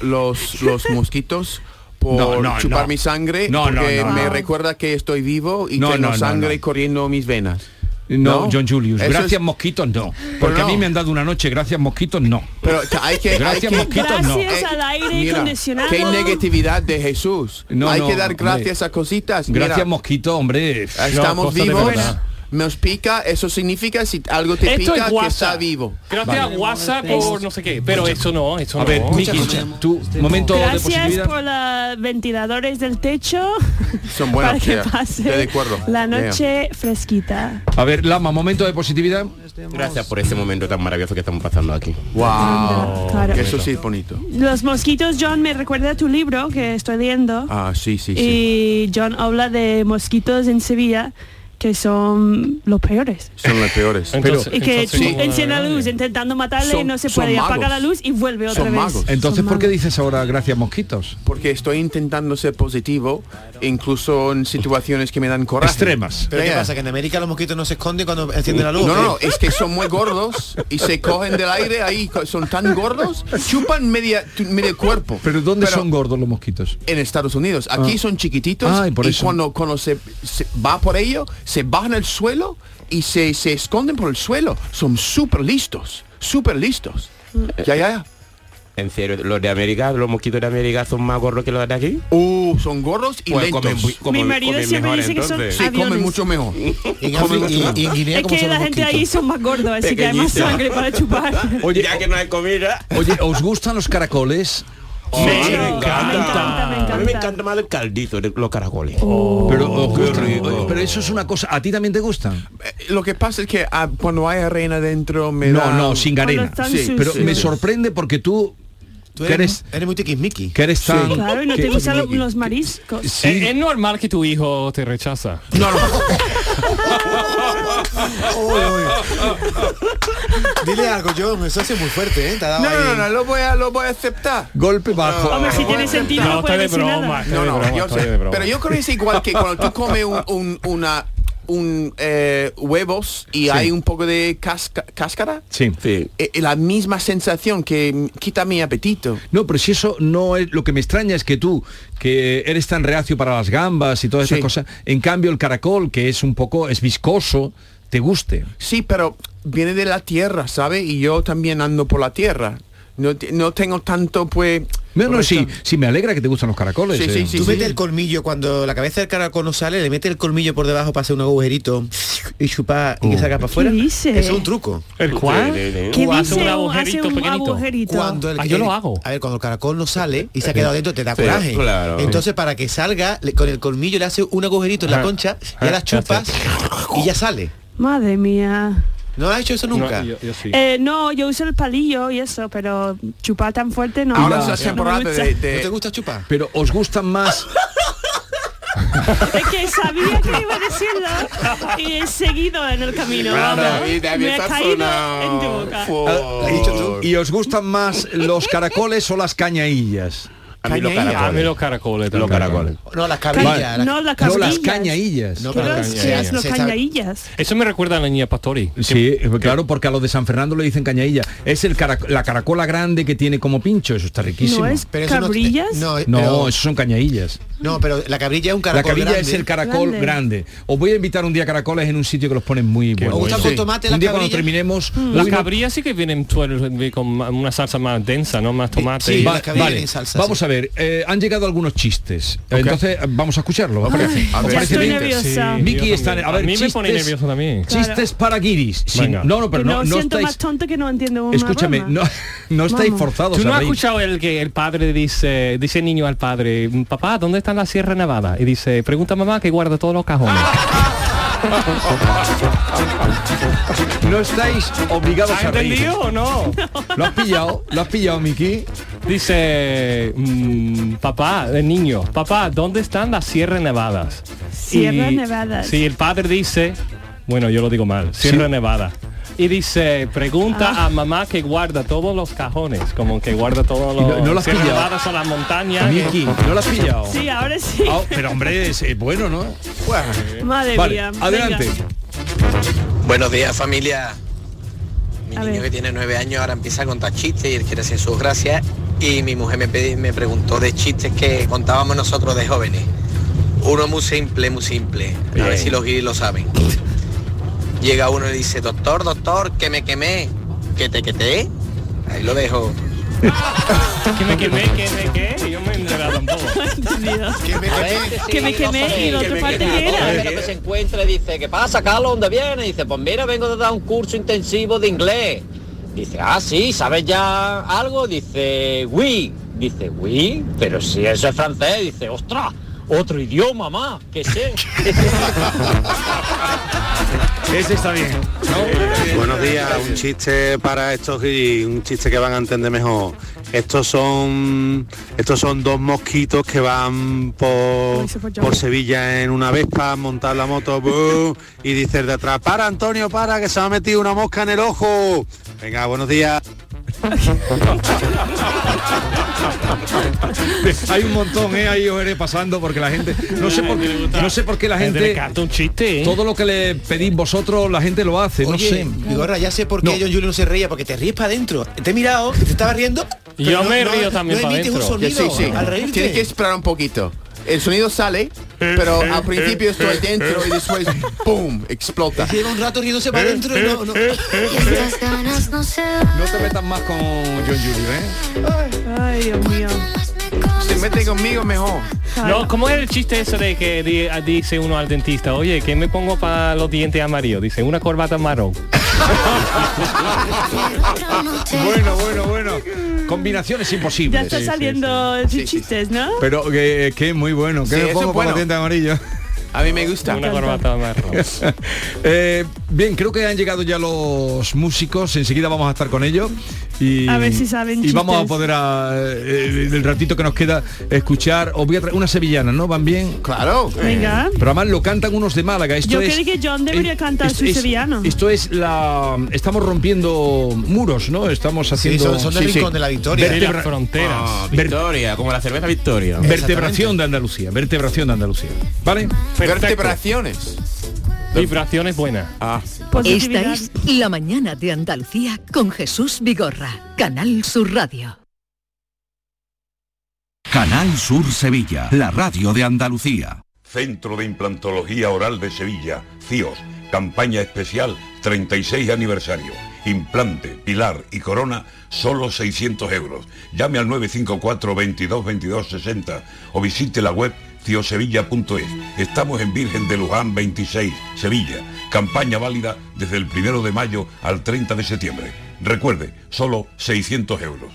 Speaker 4: los, los mosquitos, por
Speaker 1: No, no,
Speaker 4: chupar
Speaker 1: no.
Speaker 4: mi sangre,
Speaker 1: No, no,
Speaker 4: porque
Speaker 1: no,
Speaker 4: me
Speaker 1: no.
Speaker 4: recuerda que estoy vivo y
Speaker 1: No,
Speaker 4: que
Speaker 1: no,
Speaker 4: no,
Speaker 1: no,
Speaker 4: sangre corriendo mis venas.
Speaker 1: No, John Julius.
Speaker 4: Eso es-
Speaker 1: gracias, mosquitos, no. Porque
Speaker 4: no.
Speaker 1: a mí me han dado una noche, gracias, mosquitos, no.
Speaker 4: Pero o sea, hay que... hay
Speaker 1: Gracias,
Speaker 4: que-
Speaker 1: mosquitos, no.
Speaker 2: Gracias
Speaker 4: Eh,
Speaker 2: al aire
Speaker 4: mira,
Speaker 2: acondicionado.
Speaker 4: Qué negatividad de Jesús.
Speaker 1: No,
Speaker 4: hay
Speaker 1: no,
Speaker 4: que dar
Speaker 1: hombre.
Speaker 4: gracias a cositas. Mira,
Speaker 1: Gracias, mosquito, hombre.
Speaker 4: estamos vivos. Nos pica, eso significa si algo te
Speaker 5: Esto
Speaker 4: pica
Speaker 5: es
Speaker 4: que
Speaker 5: WhatsApp.
Speaker 4: está vivo.
Speaker 5: Gracias a WhatsApp
Speaker 2: Este
Speaker 5: por no sé qué, pero eso no, eso
Speaker 1: A
Speaker 5: no.
Speaker 1: ver, Miki, tu momento de
Speaker 2: Gracias
Speaker 1: positividad.
Speaker 2: por los ventiladores del techo
Speaker 1: Son
Speaker 2: para que pase la noche fresquita.
Speaker 1: A ver, Lama, momento de positividad.
Speaker 6: Gracias por este momento tan maravilloso que estamos pasando aquí.
Speaker 4: Wow.
Speaker 2: Claro.
Speaker 4: Eso sí es bonito.
Speaker 2: Los mosquitos, John, me recuerda tu libro que estoy leyendo.
Speaker 4: Ah, sí, sí, sí.
Speaker 2: Y John habla de mosquitos en Sevilla que son los peores.
Speaker 4: Son las peores.
Speaker 2: Entonces- y que
Speaker 4: Sí.
Speaker 2: tú enciende la luz intentando matarle y
Speaker 4: Son-
Speaker 2: no se
Speaker 4: son
Speaker 2: puede. y Apaga
Speaker 4: magos.
Speaker 2: la luz y vuelve otra
Speaker 4: Son
Speaker 2: vez.
Speaker 4: magos.
Speaker 1: Entonces,
Speaker 2: Son
Speaker 1: ¿por qué dices ahora gracias, mosquitos?
Speaker 4: porque estoy intentando ser positivo, incluso en situaciones que me dan coraje.
Speaker 3: Extremas. ¿Pero qué
Speaker 4: Yeah.
Speaker 3: pasa? ¿Que en América los mosquitos no se esconden cuando encienden la luz?
Speaker 4: No, no,
Speaker 3: ¿eh?
Speaker 4: no, es que son muy gordos y se cogen del aire ahí, co- son tan gordos, chupan media, tu- medio cuerpo.
Speaker 1: Pero ¿dónde
Speaker 4: Pero-
Speaker 1: son gordos los mosquitos?
Speaker 4: En Estados Unidos, aquí
Speaker 1: Ah.
Speaker 4: son chiquititos
Speaker 1: Ah, y por eso.
Speaker 4: cuando, cuando se, se va por ello, se bajan al suelo y se, se esconden por el suelo. Son súper listos, súper listos.
Speaker 1: Mm.
Speaker 4: Ya, ya, ya.
Speaker 6: En serio, los de América, los mosquitos de América son más gordos que los de aquí. Pues
Speaker 4: Uh, son gordos y lentos.
Speaker 6: comen- comen mejor, entonces.
Speaker 4: Sí, comen mucho mejor.
Speaker 3: En
Speaker 4: Comen
Speaker 3: África-
Speaker 4: mucho mejor.
Speaker 3: y- y en Guinea,
Speaker 2: Es
Speaker 3: ¿cómo
Speaker 2: que
Speaker 3: son los
Speaker 2: la gente
Speaker 3: mosquitos?
Speaker 2: ahí son más gordos, así que hay más
Speaker 1: Pequeñita.
Speaker 2: sangre para chupar.
Speaker 6: Oye, ya que no hay comida.
Speaker 1: Oye, ¿os gustan los caracoles?
Speaker 6: Oh, a mí me
Speaker 2: encanta.
Speaker 6: A mí me encanta más el caldito de los caracoles.
Speaker 3: Oh,
Speaker 1: Pero, os gustan. Oye, pero eso es una cosa. ¿A ti también te gustan?
Speaker 4: Lo que pasa es que ah, cuando hay arena dentro me
Speaker 1: no,
Speaker 4: da-
Speaker 1: no, sin arena.
Speaker 4: Sí,
Speaker 1: pero
Speaker 4: sí.
Speaker 1: me sorprende porque tú,
Speaker 3: Tú
Speaker 1: que
Speaker 3: eres,
Speaker 1: eres,
Speaker 3: eres muy tiquismiqui.
Speaker 1: que eres tan...
Speaker 2: Claro, y no
Speaker 1: que-
Speaker 2: te gustan los- los mariscos.
Speaker 5: ¿Es, es normal que tu hijo te rechaza.
Speaker 2: Eh,
Speaker 3: Dile algo, John, eso hace muy fuerte, ¿eh? Te ha dado
Speaker 4: No, no, no,
Speaker 3: ahí-
Speaker 4: no, lo voy a, lo voy a aceptar.
Speaker 1: Golpe bajo.
Speaker 4: Hombre, si tiene sentido, no
Speaker 5: No, está
Speaker 4: puede
Speaker 5: de
Speaker 4: decir
Speaker 5: broma,
Speaker 4: nada.
Speaker 5: está
Speaker 4: No,
Speaker 5: de
Speaker 4: no,
Speaker 5: broma,
Speaker 4: yo
Speaker 5: está
Speaker 4: sé,
Speaker 5: de broma.
Speaker 4: Pero yo creo que es igual que cuando tú comes un, un- una, un eh, huevos y
Speaker 6: Sí.
Speaker 4: hay un poco de casca- cáscara,
Speaker 1: Sí.
Speaker 4: eh, eh, la misma sensación que mm, quita mi apetito.
Speaker 1: No, pero si eso no es... Lo que me extraña es que tú, que eres tan reacio para las gambas y todas esas
Speaker 4: Sí.
Speaker 1: cosas, en cambio el caracol, que es un poco... es viscoso, te guste.
Speaker 4: Sí, pero viene de la tierra, ¿sabe? Y yo también ando por la tierra. No, te- no tengo tanto, pues...
Speaker 1: No, no, sí, sí, me alegra que te gustan los caracoles. eh.
Speaker 3: Tú metes el colmillo cuando la cabeza del caracol no sale, le metes el colmillo por debajo para hacer un agujerito y chupar y que salga para afuera. Eso
Speaker 2: dices?
Speaker 3: es un truco.
Speaker 5: ¿El
Speaker 6: cuál?
Speaker 2: ¿Qué
Speaker 3: Tú haces
Speaker 2: dice? Hace un agujerito.
Speaker 3: Cuando el,
Speaker 5: Ah, yo lo
Speaker 3: el-
Speaker 5: hago.
Speaker 3: A ver, cuando el caracol no sale y se ha quedado dentro, te da
Speaker 6: Sí,
Speaker 3: coraje.
Speaker 6: claro.
Speaker 3: Entonces, para que salga, le- con el colmillo le hace un agujerito en la
Speaker 6: Ajá.
Speaker 3: concha, ya las chupas y ya sale.
Speaker 2: Madre mía.
Speaker 3: ¿No has hecho eso nunca?
Speaker 5: No, yo- yo sí.
Speaker 2: Eh, no, yo uso el palillo y eso, pero chupar tan fuerte no. no, no me gusta.
Speaker 3: ¿No te gusta chupar?
Speaker 1: Pero os gustan más...
Speaker 2: Es que sabía que iba a decirlo y he seguido en el camino.
Speaker 6: Claro,
Speaker 2: vamos.
Speaker 6: y David
Speaker 2: me ha
Speaker 6: está
Speaker 2: caído en tu
Speaker 6: sonado.
Speaker 2: boca.
Speaker 3: Oh.
Speaker 1: Ah, y, y os gustan más los caracoles o las cañaillas?
Speaker 6: A mí los
Speaker 5: A
Speaker 6: Cañaillas.
Speaker 5: mí
Speaker 6: caracoles.
Speaker 5: los caracoles. Los
Speaker 6: caracoles.
Speaker 3: No, las
Speaker 2: Caña- no, las
Speaker 1: No, las cañaillas.
Speaker 2: cañaillas. ¿Qué los- qué es los cañaillas?
Speaker 5: Eso me recuerda a la niña Pastori.
Speaker 1: Sí, eh, claro, porque a los de San Fernando le dicen cañailla. Es el carac- la caracola grande que tiene como pincho, eso está riquísimo.
Speaker 2: ¿No es cabrillas?
Speaker 3: No,
Speaker 1: No,
Speaker 3: pero-
Speaker 1: esos son cañaillas.
Speaker 3: No, pero la cabrilla es un caracol
Speaker 1: la cabilla
Speaker 3: grande.
Speaker 1: es el caracol grande. Os voy a invitar un día a caracoles en un sitio que los ponen muy buenos.
Speaker 3: ¿Os gustan con tomate
Speaker 1: Pues Un
Speaker 3: las
Speaker 1: día cuando
Speaker 3: cabrillas?
Speaker 1: terminemos...
Speaker 5: Las
Speaker 1: uy, no-
Speaker 5: cabrillas sí que vienen suel- con ma- una salsa más densa, ¿no? Más tomate.
Speaker 1: Eh, Sí,
Speaker 5: y-
Speaker 1: va- vale. vamos a ver, eh, han llegado algunos chistes. Entonces eh, vamos a escucharlos. ¿os
Speaker 5: Ay,
Speaker 1: parece?
Speaker 5: ya
Speaker 1: ¿Os parece
Speaker 5: estoy
Speaker 1: bien?
Speaker 5: nerviosa. Sí,
Speaker 1: Miki
Speaker 5: yo
Speaker 1: está.
Speaker 5: también.
Speaker 1: A ver,
Speaker 5: A mí me
Speaker 1: chistes,
Speaker 5: pone nervioso también.
Speaker 1: Chistes para guiris. Sí,
Speaker 5: Venga.
Speaker 1: no, no, pero
Speaker 2: Que
Speaker 1: no, no
Speaker 2: siento
Speaker 1: estáis.
Speaker 2: más tonto que no entiendo una
Speaker 1: Escúchame,
Speaker 2: broma.
Speaker 1: no, no estáis
Speaker 2: Vamos.
Speaker 1: forzados.
Speaker 5: ¿Tú no
Speaker 1: a
Speaker 5: has
Speaker 1: reír.
Speaker 5: escuchado el que el padre dice, dice el niño al padre, papá, ¿dónde está la Sierra Nevada? Y dice, pregunta a mamá que guarda todos los cajones.
Speaker 1: No estáis obligados
Speaker 5: ¿Has
Speaker 1: a reír.
Speaker 5: entendido o no?
Speaker 1: ¿Lo has pillado? ¿Lo has pillado, Miki?
Speaker 5: Dice, mm, papá, el niño, papá, ¿dónde están las Sierra Nevadas?
Speaker 2: Sierra Nevadas.
Speaker 5: Sí, el padre dice, bueno, yo lo digo mal, Sierra Nevada. Y dice, pregunta
Speaker 2: Ah.
Speaker 5: a mamá que guarda todos los cajones, como que guarda todos
Speaker 1: Y no-
Speaker 5: los...
Speaker 1: no lo has
Speaker 5: Sierra
Speaker 1: pillado.
Speaker 5: Nevadas a las montañas.
Speaker 1: Miki, ¿no lo has pillado?
Speaker 2: Sí, ahora sí.
Speaker 1: Ah, pero hombre, es eh, bueno, ¿no?
Speaker 2: Madre
Speaker 1: Vale,
Speaker 2: mía. venga.
Speaker 1: adelante.
Speaker 20: Buenos días familia. Mi
Speaker 2: A
Speaker 20: niño que tiene nueve años ahora empieza a contar chistes y él quiere hacer sus gracias. Y mi mujer me, pedí- me preguntó de chistes que contábamos nosotros de jóvenes. Uno muy simple, muy simple. A ver si los guiris lo saben. Llega uno y dice, doctor, doctor, que me quemé. Que te queté. Ahí lo dejo.
Speaker 2: ah.
Speaker 5: Que me quemé, que me qué, yo me he enterado un poco.
Speaker 2: Que me quemé y la otra parte que era.
Speaker 17: que se encuentra y dice, ¿qué pasa, Carlos? ¿Dónde vienes? Dice, pues mira, vengo de dar un curso intensivo de inglés. Dice, ah, sí, ¿sabes ya algo? Dice, oui. Dice, oui, pero si eso es francés. Dice, ostras, otro idioma más, que sé.
Speaker 1: Ese está bien.
Speaker 21: Buenos días, un chiste para estos y un chiste que van a entender mejor. Estos son estos son dos mosquitos que van por, por Sevilla en una vespa, montar la moto ¡bu! y dice el de atrás, para Antonio, para que se me ha metido una mosca en el ojo. Venga, buenos días.
Speaker 1: Hay un montón, ¿eh? Ahí os iré pasando porque la gente... No sé por, no sé por qué la
Speaker 5: Me
Speaker 1: gente...
Speaker 5: encanta un chiste, ¿eh?
Speaker 1: Todo lo que le pedís vosotros, la gente lo hace. no
Speaker 3: Oye,
Speaker 1: sé.
Speaker 3: Vigorra, ya sé por qué John Julio no se reía, porque te ríes para adentro. Te he mirado, te estaba riendo. pero
Speaker 5: Yo
Speaker 3: no-
Speaker 5: me
Speaker 3: no-
Speaker 5: río también
Speaker 3: no
Speaker 5: para
Speaker 3: emites un
Speaker 5: adentro.
Speaker 3: sonido
Speaker 4: Sí, sí.
Speaker 3: al reírte.
Speaker 4: Tienes que esperar un poquito. El sonido sale,
Speaker 22: Eh,
Speaker 4: pero al principio estoy dentro y después ¡pum! explota.
Speaker 3: Lleva un rato riéndose
Speaker 22: Eh,
Speaker 1: Eh,
Speaker 3: para adentro y no-
Speaker 1: No
Speaker 3: no-
Speaker 1: te metas más con John Julio, ¿eh?
Speaker 2: Ay, Dios mío.
Speaker 22: eh.
Speaker 4: Se mete conmigo mejor.
Speaker 5: No, ¿cómo es el chiste eso de que di- ah, dice uno al dentista, oye, ¿qué me pongo para los dientes amarillos? Dice, una corbata marrón.
Speaker 1: Ah, Bueno, bueno, bueno. Combinaciones
Speaker 2: Ya
Speaker 1: imposibles.
Speaker 2: está saliendo sus chistes, ¿no?
Speaker 1: Pero que, que muy bueno. Que
Speaker 2: Sí,
Speaker 1: me
Speaker 2: eso
Speaker 1: pongo
Speaker 2: es
Speaker 1: para
Speaker 2: bueno.
Speaker 1: la tienda amarilla.
Speaker 4: A mí me gusta.
Speaker 5: Una corbata marrón.
Speaker 1: Eh, bien, creo que han llegado ya los músicos. Enseguida vamos a estar con ellos. Y,
Speaker 2: A ver si saben
Speaker 1: Y vamos a
Speaker 2: chistes.
Speaker 1: poder, a, eh, el ratito que nos queda, escuchar. Os voy a traer una sevillana, ¿no? ¿Van bien?
Speaker 4: Claro.
Speaker 2: Venga.
Speaker 1: Pero además lo cantan unos de Málaga. Esto
Speaker 2: Yo
Speaker 1: es,
Speaker 2: creí que John debería cantar
Speaker 1: esto
Speaker 2: su
Speaker 1: es-
Speaker 2: sevillano.
Speaker 1: Esto es la... Estamos rompiendo muros, ¿no? Estamos haciendo...
Speaker 3: son- son del rincón de la victoria.
Speaker 1: Vertebra-
Speaker 3: De las fronteras.
Speaker 1: Ah, victoria, como la cerveza Victoria. Vertebración de Andalucía, vertebración de Andalucía. ¿Vale?
Speaker 4: Vertebraciones.
Speaker 5: Vibraciones buenas.
Speaker 1: Pues,
Speaker 23: Esta es La Mañana de Andalucía con Jesús Vigorra, Canal Sur Radio.
Speaker 16: Canal Sur Sevilla, la radio de Andalucía.
Speaker 12: Centro de Implantología Oral de Sevilla, CIOS, campaña especial 36 aniversario. Implante, pilar y corona, solo 600 euros. Llame al 954 22 22 60 o visite la web ciosevilla.es. Estamos en Virgen de Luján 26, Sevilla. Campaña válida desde el 1 de mayo al 30 de septiembre. Recuerde, solo 600 euros.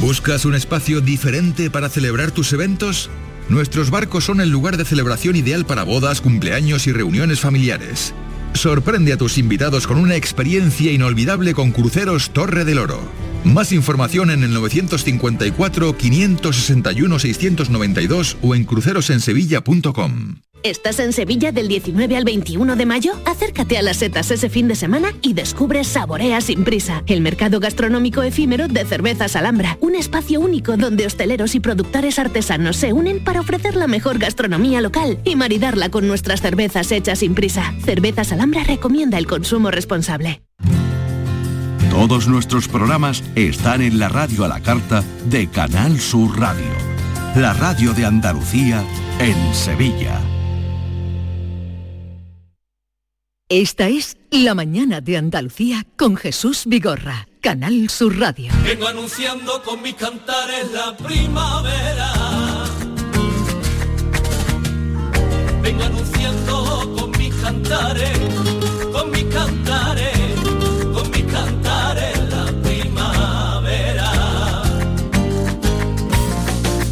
Speaker 24: ¿Buscas un espacio diferente para celebrar tus eventos? Nuestros barcos son el lugar de celebración ideal para bodas, cumpleaños y reuniones familiares. Sorprende a tus invitados con una experiencia inolvidable con Cruceros Torre del Oro. Más información en el 954-561-692 o en crucerosensevilla.com.
Speaker 25: ¿Estás en Sevilla del 19 al 21 de mayo? Acércate a las setas ese fin de semana y descubre Saborea sin prisa, el mercado gastronómico efímero de cervezas Alhambra, un espacio único donde hosteleros y productores artesanos se unen para ofrecer la mejor gastronomía local y maridarla con nuestras cervezas hechas sin prisa. Cervezas Alhambra recomienda el consumo responsable.
Speaker 16: Todos nuestros programas están en la radio a la carta de Canal Sur Radio. la radio de Andalucía en Sevilla.
Speaker 23: Esta es La mañana de Andalucía con Jesús Vigorra, Canal Sur Radio.
Speaker 11: Vengo anunciando con mis cantares la primavera. Vengo anunciando con mis cantares, con mis cantares, con mis cantares la primavera.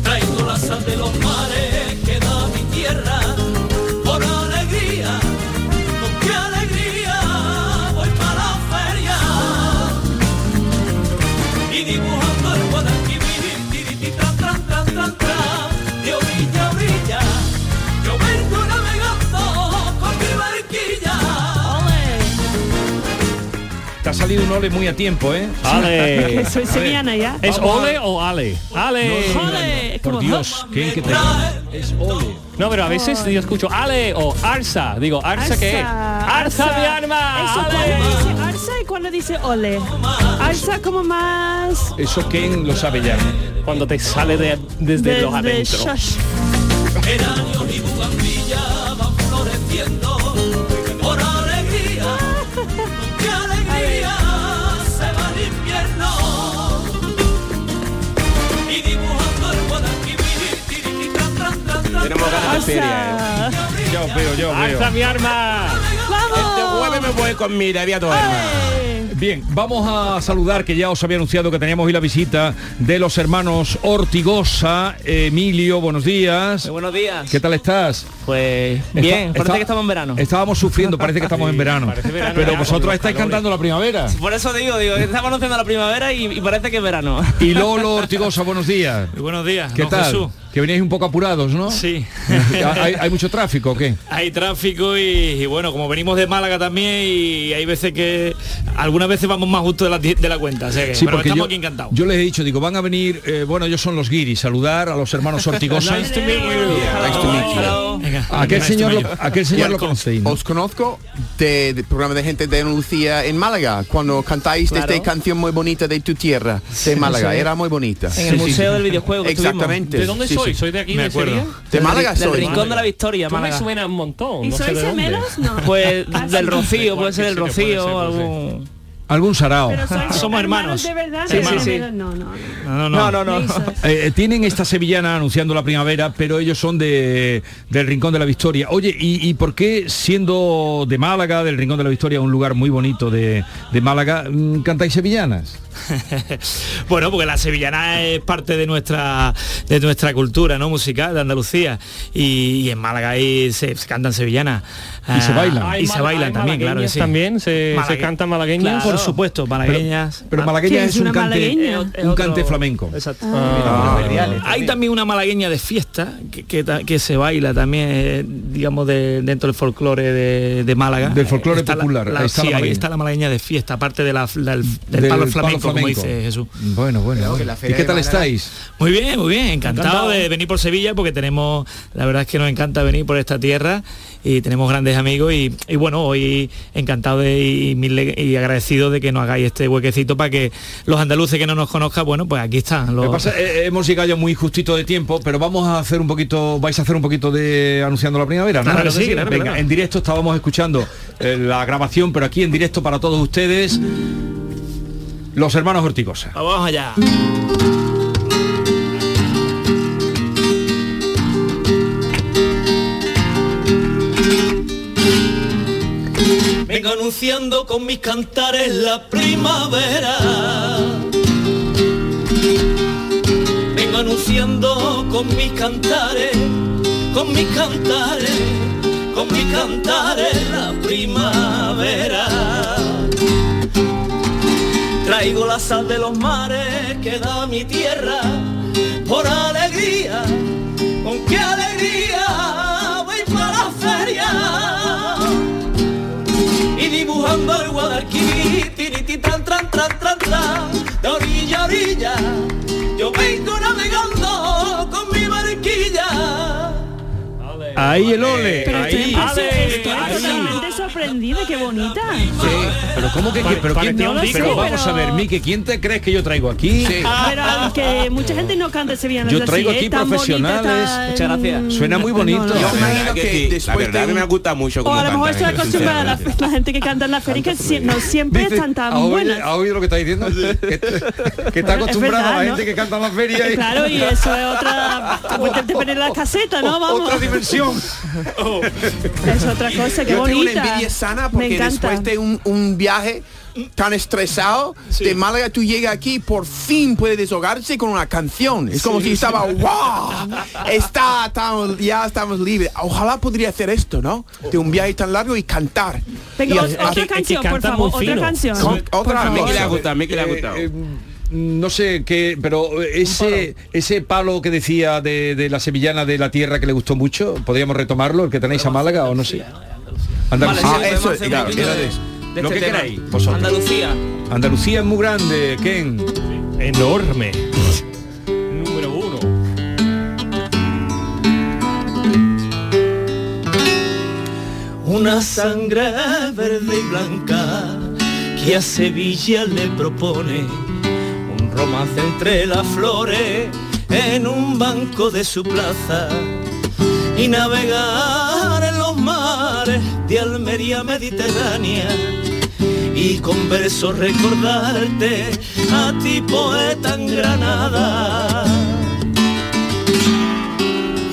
Speaker 11: Traigo la sal de los mares que da mi tierra por alegría. Con qué alegría voy para la feria y dibujando el Guadalquivir, tiriti, tran, tran, tran, tran, tran, de orilla a orilla. Yo vengo navegando con mi barquilla.
Speaker 1: Te ha salido un ole muy a tiempo, ¿eh?
Speaker 2: Ale. Soy
Speaker 1: A ver.
Speaker 2: sevillana ya.
Speaker 5: ¿Es
Speaker 1: Vamos a-
Speaker 5: ole o ale? Ale.
Speaker 1: No, no, no, no, Por Dios, qué inquietante. Es ole.
Speaker 5: No, pero a veces yo escucho ale o arsa. Digo, arsa, que es. Arsa de arma.
Speaker 2: Eso cuando dice arsa y cuando dice ole. Arsa como más...
Speaker 1: Eso Ken lo sabe ya.
Speaker 5: Cuando te sale de, desde los adentro.
Speaker 2: shush.
Speaker 11: Geranios y bugambillas van floreciendo por alegría. Con qué alegría se va el invierno. Y dibujando el Guadalquivir, tiriti, tran, tran, tran, tran,
Speaker 7: Tenemos ganas de feria,
Speaker 6: eh.
Speaker 11: tran.
Speaker 7: Yo veo, yo
Speaker 5: Ah,
Speaker 1: Alza mi
Speaker 5: arma!
Speaker 7: ¡Vamos! Este me voy con mi a tu arma.
Speaker 1: Bien, vamos a saludar que ya os había anunciado que teníamos hoy la visita de los hermanos Ortigosa, Emilio, buenos días.
Speaker 22: buenos días.
Speaker 1: ¿Qué tal estás?
Speaker 22: Pues bien, parece que estamos en verano.
Speaker 1: Estábamos sufriendo, parece que estamos en verano.
Speaker 22: verano
Speaker 1: pero
Speaker 22: ya, con
Speaker 1: vosotros
Speaker 22: los
Speaker 1: estáis
Speaker 22: calores.
Speaker 1: cantando la primavera.
Speaker 22: Por eso digo, digo, estamos anunciando la primavera y, y parece que es verano.
Speaker 1: Y Lolo Ortigosa, buenos días.
Speaker 22: Buenos días.
Speaker 1: ¿Qué tal? Que veníais un poco apurados, ¿no?
Speaker 18: Sí.
Speaker 1: ¿Hay, hay mucho tráfico o qué?
Speaker 18: Hay tráfico y, y bueno, como venimos de Málaga también y hay veces que algunas veces vamos más justo de la, de la cuenta, o sea que
Speaker 1: Sí,
Speaker 18: pero
Speaker 1: porque
Speaker 18: estamos
Speaker 1: yo,
Speaker 18: aquí encantados.
Speaker 1: yo les he dicho, digo, van a venir, eh, bueno, ellos son los guiris, saludar a los hermanos Ortigosa.
Speaker 18: Nice
Speaker 2: este-
Speaker 18: to meet you.
Speaker 1: Venga, Aquel
Speaker 3: Nice to
Speaker 1: señor,
Speaker 3: meet
Speaker 1: lo-
Speaker 3: you.
Speaker 1: aquel señor lo
Speaker 3: Welcome.
Speaker 1: conocéis. ¿no?
Speaker 3: Os conozco de, de programa de gente de Andalucía en Málaga, cuando cantáis
Speaker 22: Claro.
Speaker 3: esta canción muy bonita de tu tierra, de Málaga.
Speaker 22: sí.
Speaker 3: Era muy bonita.
Speaker 22: En el Museo del Videojuego que estuvimos.
Speaker 3: Exactamente.
Speaker 22: ¿De dónde soy? ¿Soy de aquí, Me de acuerdo. Sevilla?
Speaker 3: De
Speaker 22: Del
Speaker 3: Málaga
Speaker 22: ri- del
Speaker 3: soy.
Speaker 22: rincón de la Victoria,
Speaker 5: Tú me
Speaker 22: Málaga.
Speaker 5: suena un montón.
Speaker 22: ¿Y
Speaker 5: no sé
Speaker 22: sois
Speaker 5: de dónde.
Speaker 22: gemelos? No. Pues del Rocío, puede ser el
Speaker 5: Cualquier sitio
Speaker 22: Rocío,
Speaker 5: puede ser,
Speaker 22: algún...
Speaker 1: Algún sarao.
Speaker 22: Pero sois Somos hermanos.
Speaker 2: De verdad,
Speaker 1: Sí,
Speaker 2: de
Speaker 1: sí, sí.
Speaker 2: verdad, no, no.
Speaker 1: No,
Speaker 22: no, no. no.
Speaker 1: Eh, eh, tienen esta sevillana anunciando la primavera, pero ellos son de, del Rincón de la Victoria. Oye, ¿y, y por qué siendo de Málaga, del Rincón de la Victoria, un lugar muy bonito de, de Málaga, mm, cantáis sevillanas?
Speaker 18: Bueno, porque la sevillana es parte de nuestra de nuestra cultura, ¿no? Musical de Andalucía y, y en Málaga ahí se, se cantan sevillanas
Speaker 5: Y se bailan.
Speaker 18: Ah,
Speaker 5: Hay
Speaker 18: y se
Speaker 5: mala-
Speaker 18: bailan
Speaker 5: hay
Speaker 18: también, claro que
Speaker 5: malagueñas
Speaker 18: sí.
Speaker 5: también, se- se cantan malagueñas.
Speaker 18: por
Speaker 5: Claro.
Speaker 18: supuesto, malagueñas.
Speaker 1: Pero- pero malagueña ¿Qué es es un una cante- eh, malagueña? un cante flamenco.
Speaker 22: Exacto.
Speaker 1: Ah.
Speaker 18: Ah. Hay también una malagueña de fiesta que, que ta- que se baila también, eh, digamos, de- dentro del folclore de, de Málaga.
Speaker 1: Del folclore
Speaker 18: Está la-
Speaker 1: popular,
Speaker 18: la-
Speaker 1: ahí está
Speaker 18: sí,
Speaker 1: la
Speaker 18: ahí
Speaker 1: malagueña.
Speaker 18: está la malagueña de fiesta, aparte de la- la- del, del palo flamenco, como dice Jesús.
Speaker 1: Bueno, bueno. bueno. ¿Y qué tal estáis?
Speaker 18: Muy bien, muy bien, encantado,
Speaker 1: Encantado.
Speaker 18: de venir por Sevilla porque tenemos, la verdad es que nos encanta venir por esta tierra y tenemos grandes amigos y, y bueno, hoy encantado de- y, mil- y agradecido de que nos hagáis este huequecito para que los andaluces que no nos conozcan, bueno, pues aquí están.
Speaker 1: Lo
Speaker 18: Los,
Speaker 1: que pasa, eh, hemos llegado ya muy justito de tiempo, pero vamos a hacer un poquito, vais a hacer un poquito de anunciando la primavera, ¿no?
Speaker 18: Claro que sí, claro que
Speaker 1: Venga,
Speaker 18: claro.
Speaker 1: en directo estábamos escuchando eh, la grabación, pero aquí en directo para todos ustedes, los hermanos Horticosa.
Speaker 18: Vamos allá.
Speaker 11: Vengo anunciando con mis cantares la primavera. Vengo anunciando con mis cantares, con mis cantares, con mis cantares la primavera. Traigo la sal de los mares que da mi tierra por alegría, con qué alegría voy para la feria y dibujando el Guadalquivir, tiriti tran tran tran tran tran, de orilla a orilla, yo vengo navegando con mi barquilla.
Speaker 1: Ahí el ole,
Speaker 18: Ale,
Speaker 1: ahí.
Speaker 2: Esto es
Speaker 18: ahí.
Speaker 1: ¿eh?
Speaker 2: totalmente sorprendida, qué bonita.
Speaker 1: Pero ¿cómo que? pero quién-
Speaker 2: parecía un
Speaker 1: pero
Speaker 2: disco,
Speaker 1: vamos
Speaker 2: pero- Ah,
Speaker 1: a ver, Mike, ¿quién te crees que yo traigo aquí? Ah,
Speaker 2: Pero que mucha gente no canta sevillano.
Speaker 1: Yo traigo aquí profesionales. Suena muy bonito.
Speaker 6: La verdad que sí, la verdad que me gusta mucho
Speaker 2: O
Speaker 6: como
Speaker 2: a lo
Speaker 6: cantan
Speaker 2: mejor
Speaker 6: eh,
Speaker 2: estoy
Speaker 6: ellos,
Speaker 2: acostumbrada a la, la gente que canta en la feria que sie- no siempre
Speaker 1: Dice,
Speaker 2: están tan
Speaker 1: ¿ha oído-
Speaker 2: buenas.
Speaker 1: ha oído lo que está diciendo? que, que está
Speaker 2: Bueno, es
Speaker 1: acostumbrado
Speaker 2: verdad,
Speaker 1: a la
Speaker 2: ¿no? Eh,
Speaker 1: gente que canta en la feria.
Speaker 2: Claro, y eso es otra... Pues te, te pones la caseta, ¿no? Vamos.
Speaker 1: Otra dimensión.
Speaker 2: Es otra cosa, qué
Speaker 4: Yo tengo
Speaker 2: bonita.
Speaker 4: una envidia sana porque
Speaker 2: Me encanta.
Speaker 4: después de un, un viaje tan estresado de Málaga tú llegas aquí por fin puede deshogarse con una canción es como
Speaker 26: Sí.
Speaker 4: si estaba wow está estamos- ya estamos libres ojalá podría hacer esto no de un viaje tan largo y cantar
Speaker 2: Venga,
Speaker 4: Y
Speaker 2: o-
Speaker 4: hacer-
Speaker 2: otra
Speaker 4: hacer-
Speaker 2: canción, por favor, otra canción.
Speaker 4: Con-
Speaker 2: Por
Speaker 4: otra
Speaker 2: favor.
Speaker 4: vez.
Speaker 1: Eh, eh, no sé qué, pero eh, ese ese palo que decía de, de la sevillana de la tierra que le gustó mucho, podríamos retomarlo, el que tenéis a Málaga o no sé. Andalucía.
Speaker 22: Vale, sí, podemos hacer un poquito de- de
Speaker 1: Lo
Speaker 22: este
Speaker 1: que
Speaker 22: tema.
Speaker 1: queráis, vosotros.
Speaker 22: Andalucía.
Speaker 1: Andalucía es muy grande, Ken.
Speaker 5: Enorme. Número uno.
Speaker 11: una sangre verde y blanca que a Sevilla le propone un romance entre las flores en un banco de su plaza y navegar en los mares de Almería mediterránea y con versos recordarte a ti poeta en Granada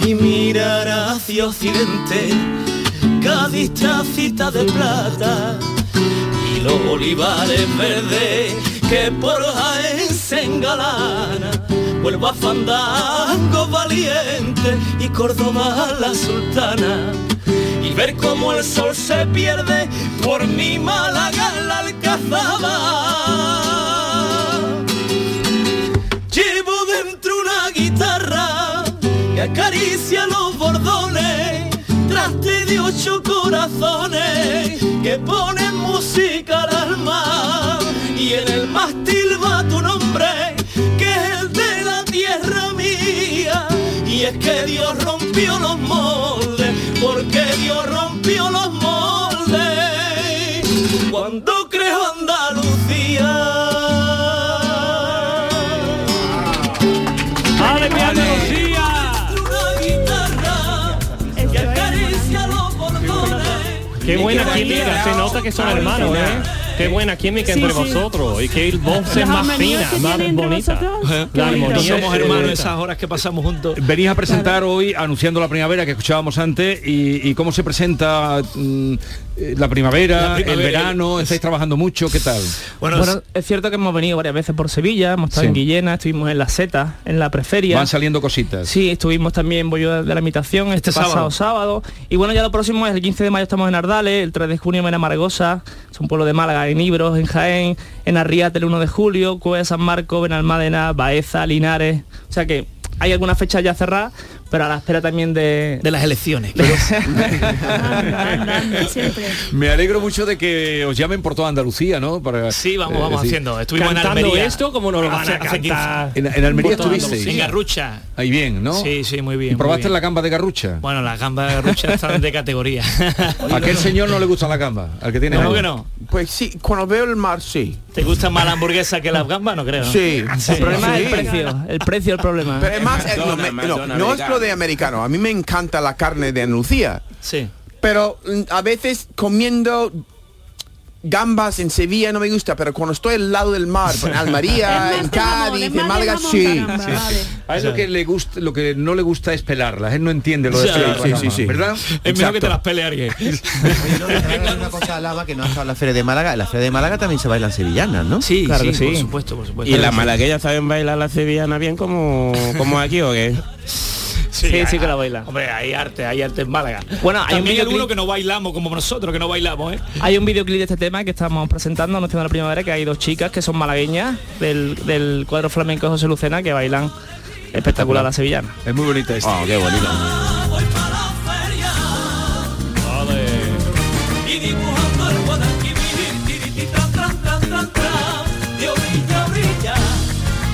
Speaker 11: y mirar hacia occidente Cádiz tacita de plata y los olivares verdes que por Jaén se engalana. Vuelva fandango valiente y Córdoba la sultana y ver cómo el sol se pierde por mi Málaga en la alcazaba. Llevo dentro una guitarra que acaricia los bordones, traste de ocho corazones que ponen música al alma y en el mástil va tu nombre que es el de la tierra mía y es que Dios rompió los moldes porque Dios rompió los moldes cuando creó Andalucía. ¡Ale, mi Andalucía! Una guitarra que acaricia los bordones.
Speaker 5: Qué buena química, se nota que son hermanos, ¿eh? Qué buena química
Speaker 11: Sí,
Speaker 5: entre
Speaker 11: sí.
Speaker 5: vosotros y qué voces
Speaker 11: Las
Speaker 5: más
Speaker 11: armonías
Speaker 5: finas,
Speaker 11: que
Speaker 5: más
Speaker 11: tienen entre
Speaker 5: bonitas.
Speaker 11: vosotros.
Speaker 5: La
Speaker 18: No
Speaker 5: armonía
Speaker 18: ¿Eh? somos
Speaker 5: es-
Speaker 18: hermanos
Speaker 5: eh,
Speaker 18: esas horas que pasamos juntos.
Speaker 1: Venís a presentar hoy anunciando la primavera que escuchábamos antes y, y cómo se presenta mm, eh, la, primavera,
Speaker 22: La primavera,
Speaker 1: el verano,
Speaker 22: el-
Speaker 1: estáis trabajando mucho, ¿qué tal?
Speaker 22: Bueno, es cierto que hemos venido varias veces por Sevilla, hemos estado
Speaker 1: Sí.
Speaker 22: en Guillena, estuvimos en la Zeta, en la Preferia.
Speaker 1: Van saliendo cositas.
Speaker 22: Sí, estuvimos también en Bollo de la Imitación este,
Speaker 1: Este
Speaker 22: pasado sábado. Y bueno, ya lo próximo es el 15 de mayo estamos en Ardales, el 3 de junio en Amargosa, es un pueblo de Málaga, en Ibros, en Jaén, en Arriate el 1 de julio, Cueva de San Marco, Benalmádena, Baeza, Linares. O sea que hay algunas fechas ya cerradas, pero a la espera también de...
Speaker 18: De las elecciones.
Speaker 1: Me alegro mucho de que os llamen por toda Andalucía, ¿no? Para, eh, sí,
Speaker 22: Eh,
Speaker 18: vamos, vamos haciendo. Estuvimos en Almería. Hace- hace 15.
Speaker 1: En, en Almería
Speaker 18: Por toda
Speaker 1: estuvisteis.
Speaker 18: Andalucía. En Garrucha.
Speaker 1: Ahí bien, ¿no?
Speaker 18: Sí, sí, muy bien.
Speaker 1: ¿Y
Speaker 18: muy
Speaker 1: probaste
Speaker 18: bien.
Speaker 1: la gamba de Garrucha?
Speaker 18: Bueno, las gambas de Garrucha están de categoría.
Speaker 1: ¿A aquel señor no le gusta la gamba? ¿Al que tiene
Speaker 18: ¿Cómo
Speaker 1: ahí?
Speaker 18: que no?
Speaker 4: pues sí cuando veo el mar sí
Speaker 18: ¿Te gusta más la hamburguesa que las gambas? No creo.
Speaker 4: Sí.
Speaker 22: El problema es el
Speaker 4: Sí.
Speaker 22: precio, el precio es el problema.
Speaker 4: Pero es más, eh, no, me- no, no es lo de americano. A mí me encanta la carne de Andalucía.
Speaker 18: Sí.
Speaker 4: Pero mm, a veces comiendo gambas en Sevilla no me gusta, pero cuando estoy al lado del mar, pues, en Almería, en Cádiz, en Málaga, sí.
Speaker 1: A él lo que le gusta, lo que no le gusta es pelarlas. Él no entiende lo de
Speaker 4: Sí,
Speaker 1: pelar la
Speaker 4: sí,
Speaker 1: gamba,
Speaker 4: sí, sí.
Speaker 1: ¿verdad? Exacto.
Speaker 18: pele alguien.
Speaker 3: una cosa alaba que no ha estado en la Feria de Málaga. En la Feria de Málaga también se bailan sevillanas, ¿no? Sí,
Speaker 22: sí, por
Speaker 18: supuesto, por
Speaker 6: ¿Y las malagueñas saben bailar la sevillana bien como, como aquí o qué?
Speaker 18: Sí,
Speaker 22: sí,
Speaker 18: hay-
Speaker 22: que la baila.
Speaker 18: Hombre, hay arte, hay arte en Málaga.
Speaker 22: Bueno, hay un
Speaker 18: También hay
Speaker 22: videoclip-
Speaker 18: algunos que no bailamos como nosotros, que no bailamos, ¿eh?
Speaker 22: Hay un videoclip de este tema que estamos presentando, Anunciando la Primavera, que hay dos chicas que son malagueñas del, del cuadro flamenco de José Lucena que bailan espectacular la sevillana.
Speaker 1: Es muy bonita esta.
Speaker 6: qué bonito.
Speaker 11: Y dibujando el Guadalquivir, tiritita, tran, tran, tran, tran, de orilla a orilla.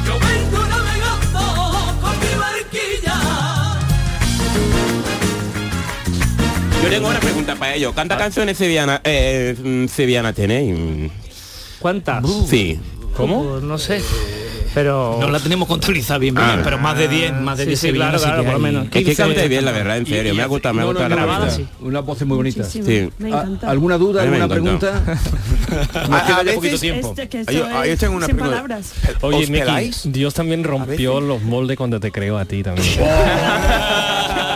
Speaker 11: Yo vengo navegando con mi barquilla.
Speaker 22: Yo tengo
Speaker 6: una pregunta para ellos. ¿Cuántas canciones sevillanas eh, mm, sevillanas tenéis?
Speaker 27: ¿Cuántas?
Speaker 6: Sí.
Speaker 27: ¿Cómo? Pues, No sé. Pero...
Speaker 18: No la tenemos contabilizada bien, bien,
Speaker 6: Ah.
Speaker 18: pero más de 10, más de
Speaker 27: Sí,
Speaker 18: 10
Speaker 27: sí, claro,
Speaker 18: sevillanas sí
Speaker 27: claro,
Speaker 18: que
Speaker 27: por lo
Speaker 18: hay.
Speaker 27: menos.
Speaker 6: Es que cantáis bien, la verdad, en serio. me ha gustado, me ha
Speaker 1: No, no,
Speaker 6: gustado la
Speaker 1: grabada,
Speaker 6: verdad.
Speaker 1: sí. Una voz muy bonita.
Speaker 6: Muchísimo. Sí.
Speaker 22: Me
Speaker 1: Ah,
Speaker 22: encanta.
Speaker 1: ¿Alguna duda,
Speaker 6: A mí me
Speaker 1: alguna
Speaker 6: encanta.
Speaker 1: pregunta?
Speaker 4: A-
Speaker 1: queda
Speaker 4: a
Speaker 1: ya poquito
Speaker 4: veces-
Speaker 1: tiempo.
Speaker 22: Este que
Speaker 4: Ah,
Speaker 22: soy
Speaker 4: yo- ah, yo tengo una
Speaker 22: sin
Speaker 4: pregunta.
Speaker 22: palabras.
Speaker 5: Oye,
Speaker 4: ¿Os
Speaker 5: Mickey,
Speaker 4: peláis?
Speaker 5: Dios también rompió los moldes cuando te creó a ti también.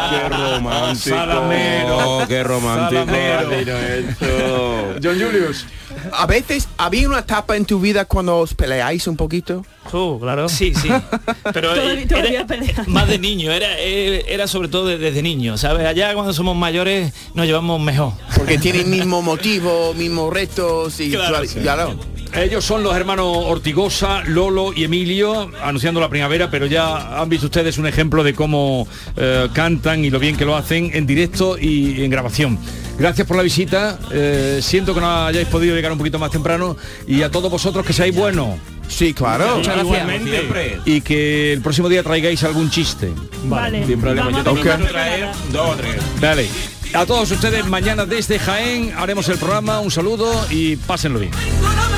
Speaker 6: Qué romántico.
Speaker 4: Salamero.
Speaker 6: Qué romántico.
Speaker 4: Salamero.
Speaker 1: John Julius.
Speaker 4: A veces había una etapa en tu vida cuando os peleáis un poquito.
Speaker 27: claro.
Speaker 18: Sí, sí. Pero eh,
Speaker 22: Todavía- todavía
Speaker 18: era
Speaker 22: pelea.
Speaker 18: más de niño, era, eh, era sobre todo de- desde niño, ¿sabes? Allá cuando somos mayores nos llevamos mejor.
Speaker 4: Porque tienen mismo motivo, mismos retos y
Speaker 1: Claro,
Speaker 4: claro.
Speaker 1: sí. Ellos son los hermanos Ortigosa, Lolo y Emilio, anunciando la primavera, pero ya han visto ustedes un ejemplo de cómo eh, cantan y lo bien que lo hacen en directo y en grabación. Gracias por la visita, eh, siento que no hayáis podido llegar un poquito más temprano y a todos vosotros que seáis buenos.
Speaker 4: Sí, claro.
Speaker 6: Muchas gracias. Igualmente. Siempre.
Speaker 1: Y que el próximo día traigáis algún chiste.
Speaker 22: Vale.
Speaker 1: Sin problema, yo
Speaker 6: Vamos
Speaker 1: también.
Speaker 6: a traer dos o tres.
Speaker 1: Dale. A todos ustedes mañana desde Jaén haremos el programa, un saludo y pásenlo bien.
Speaker 28: Tú no me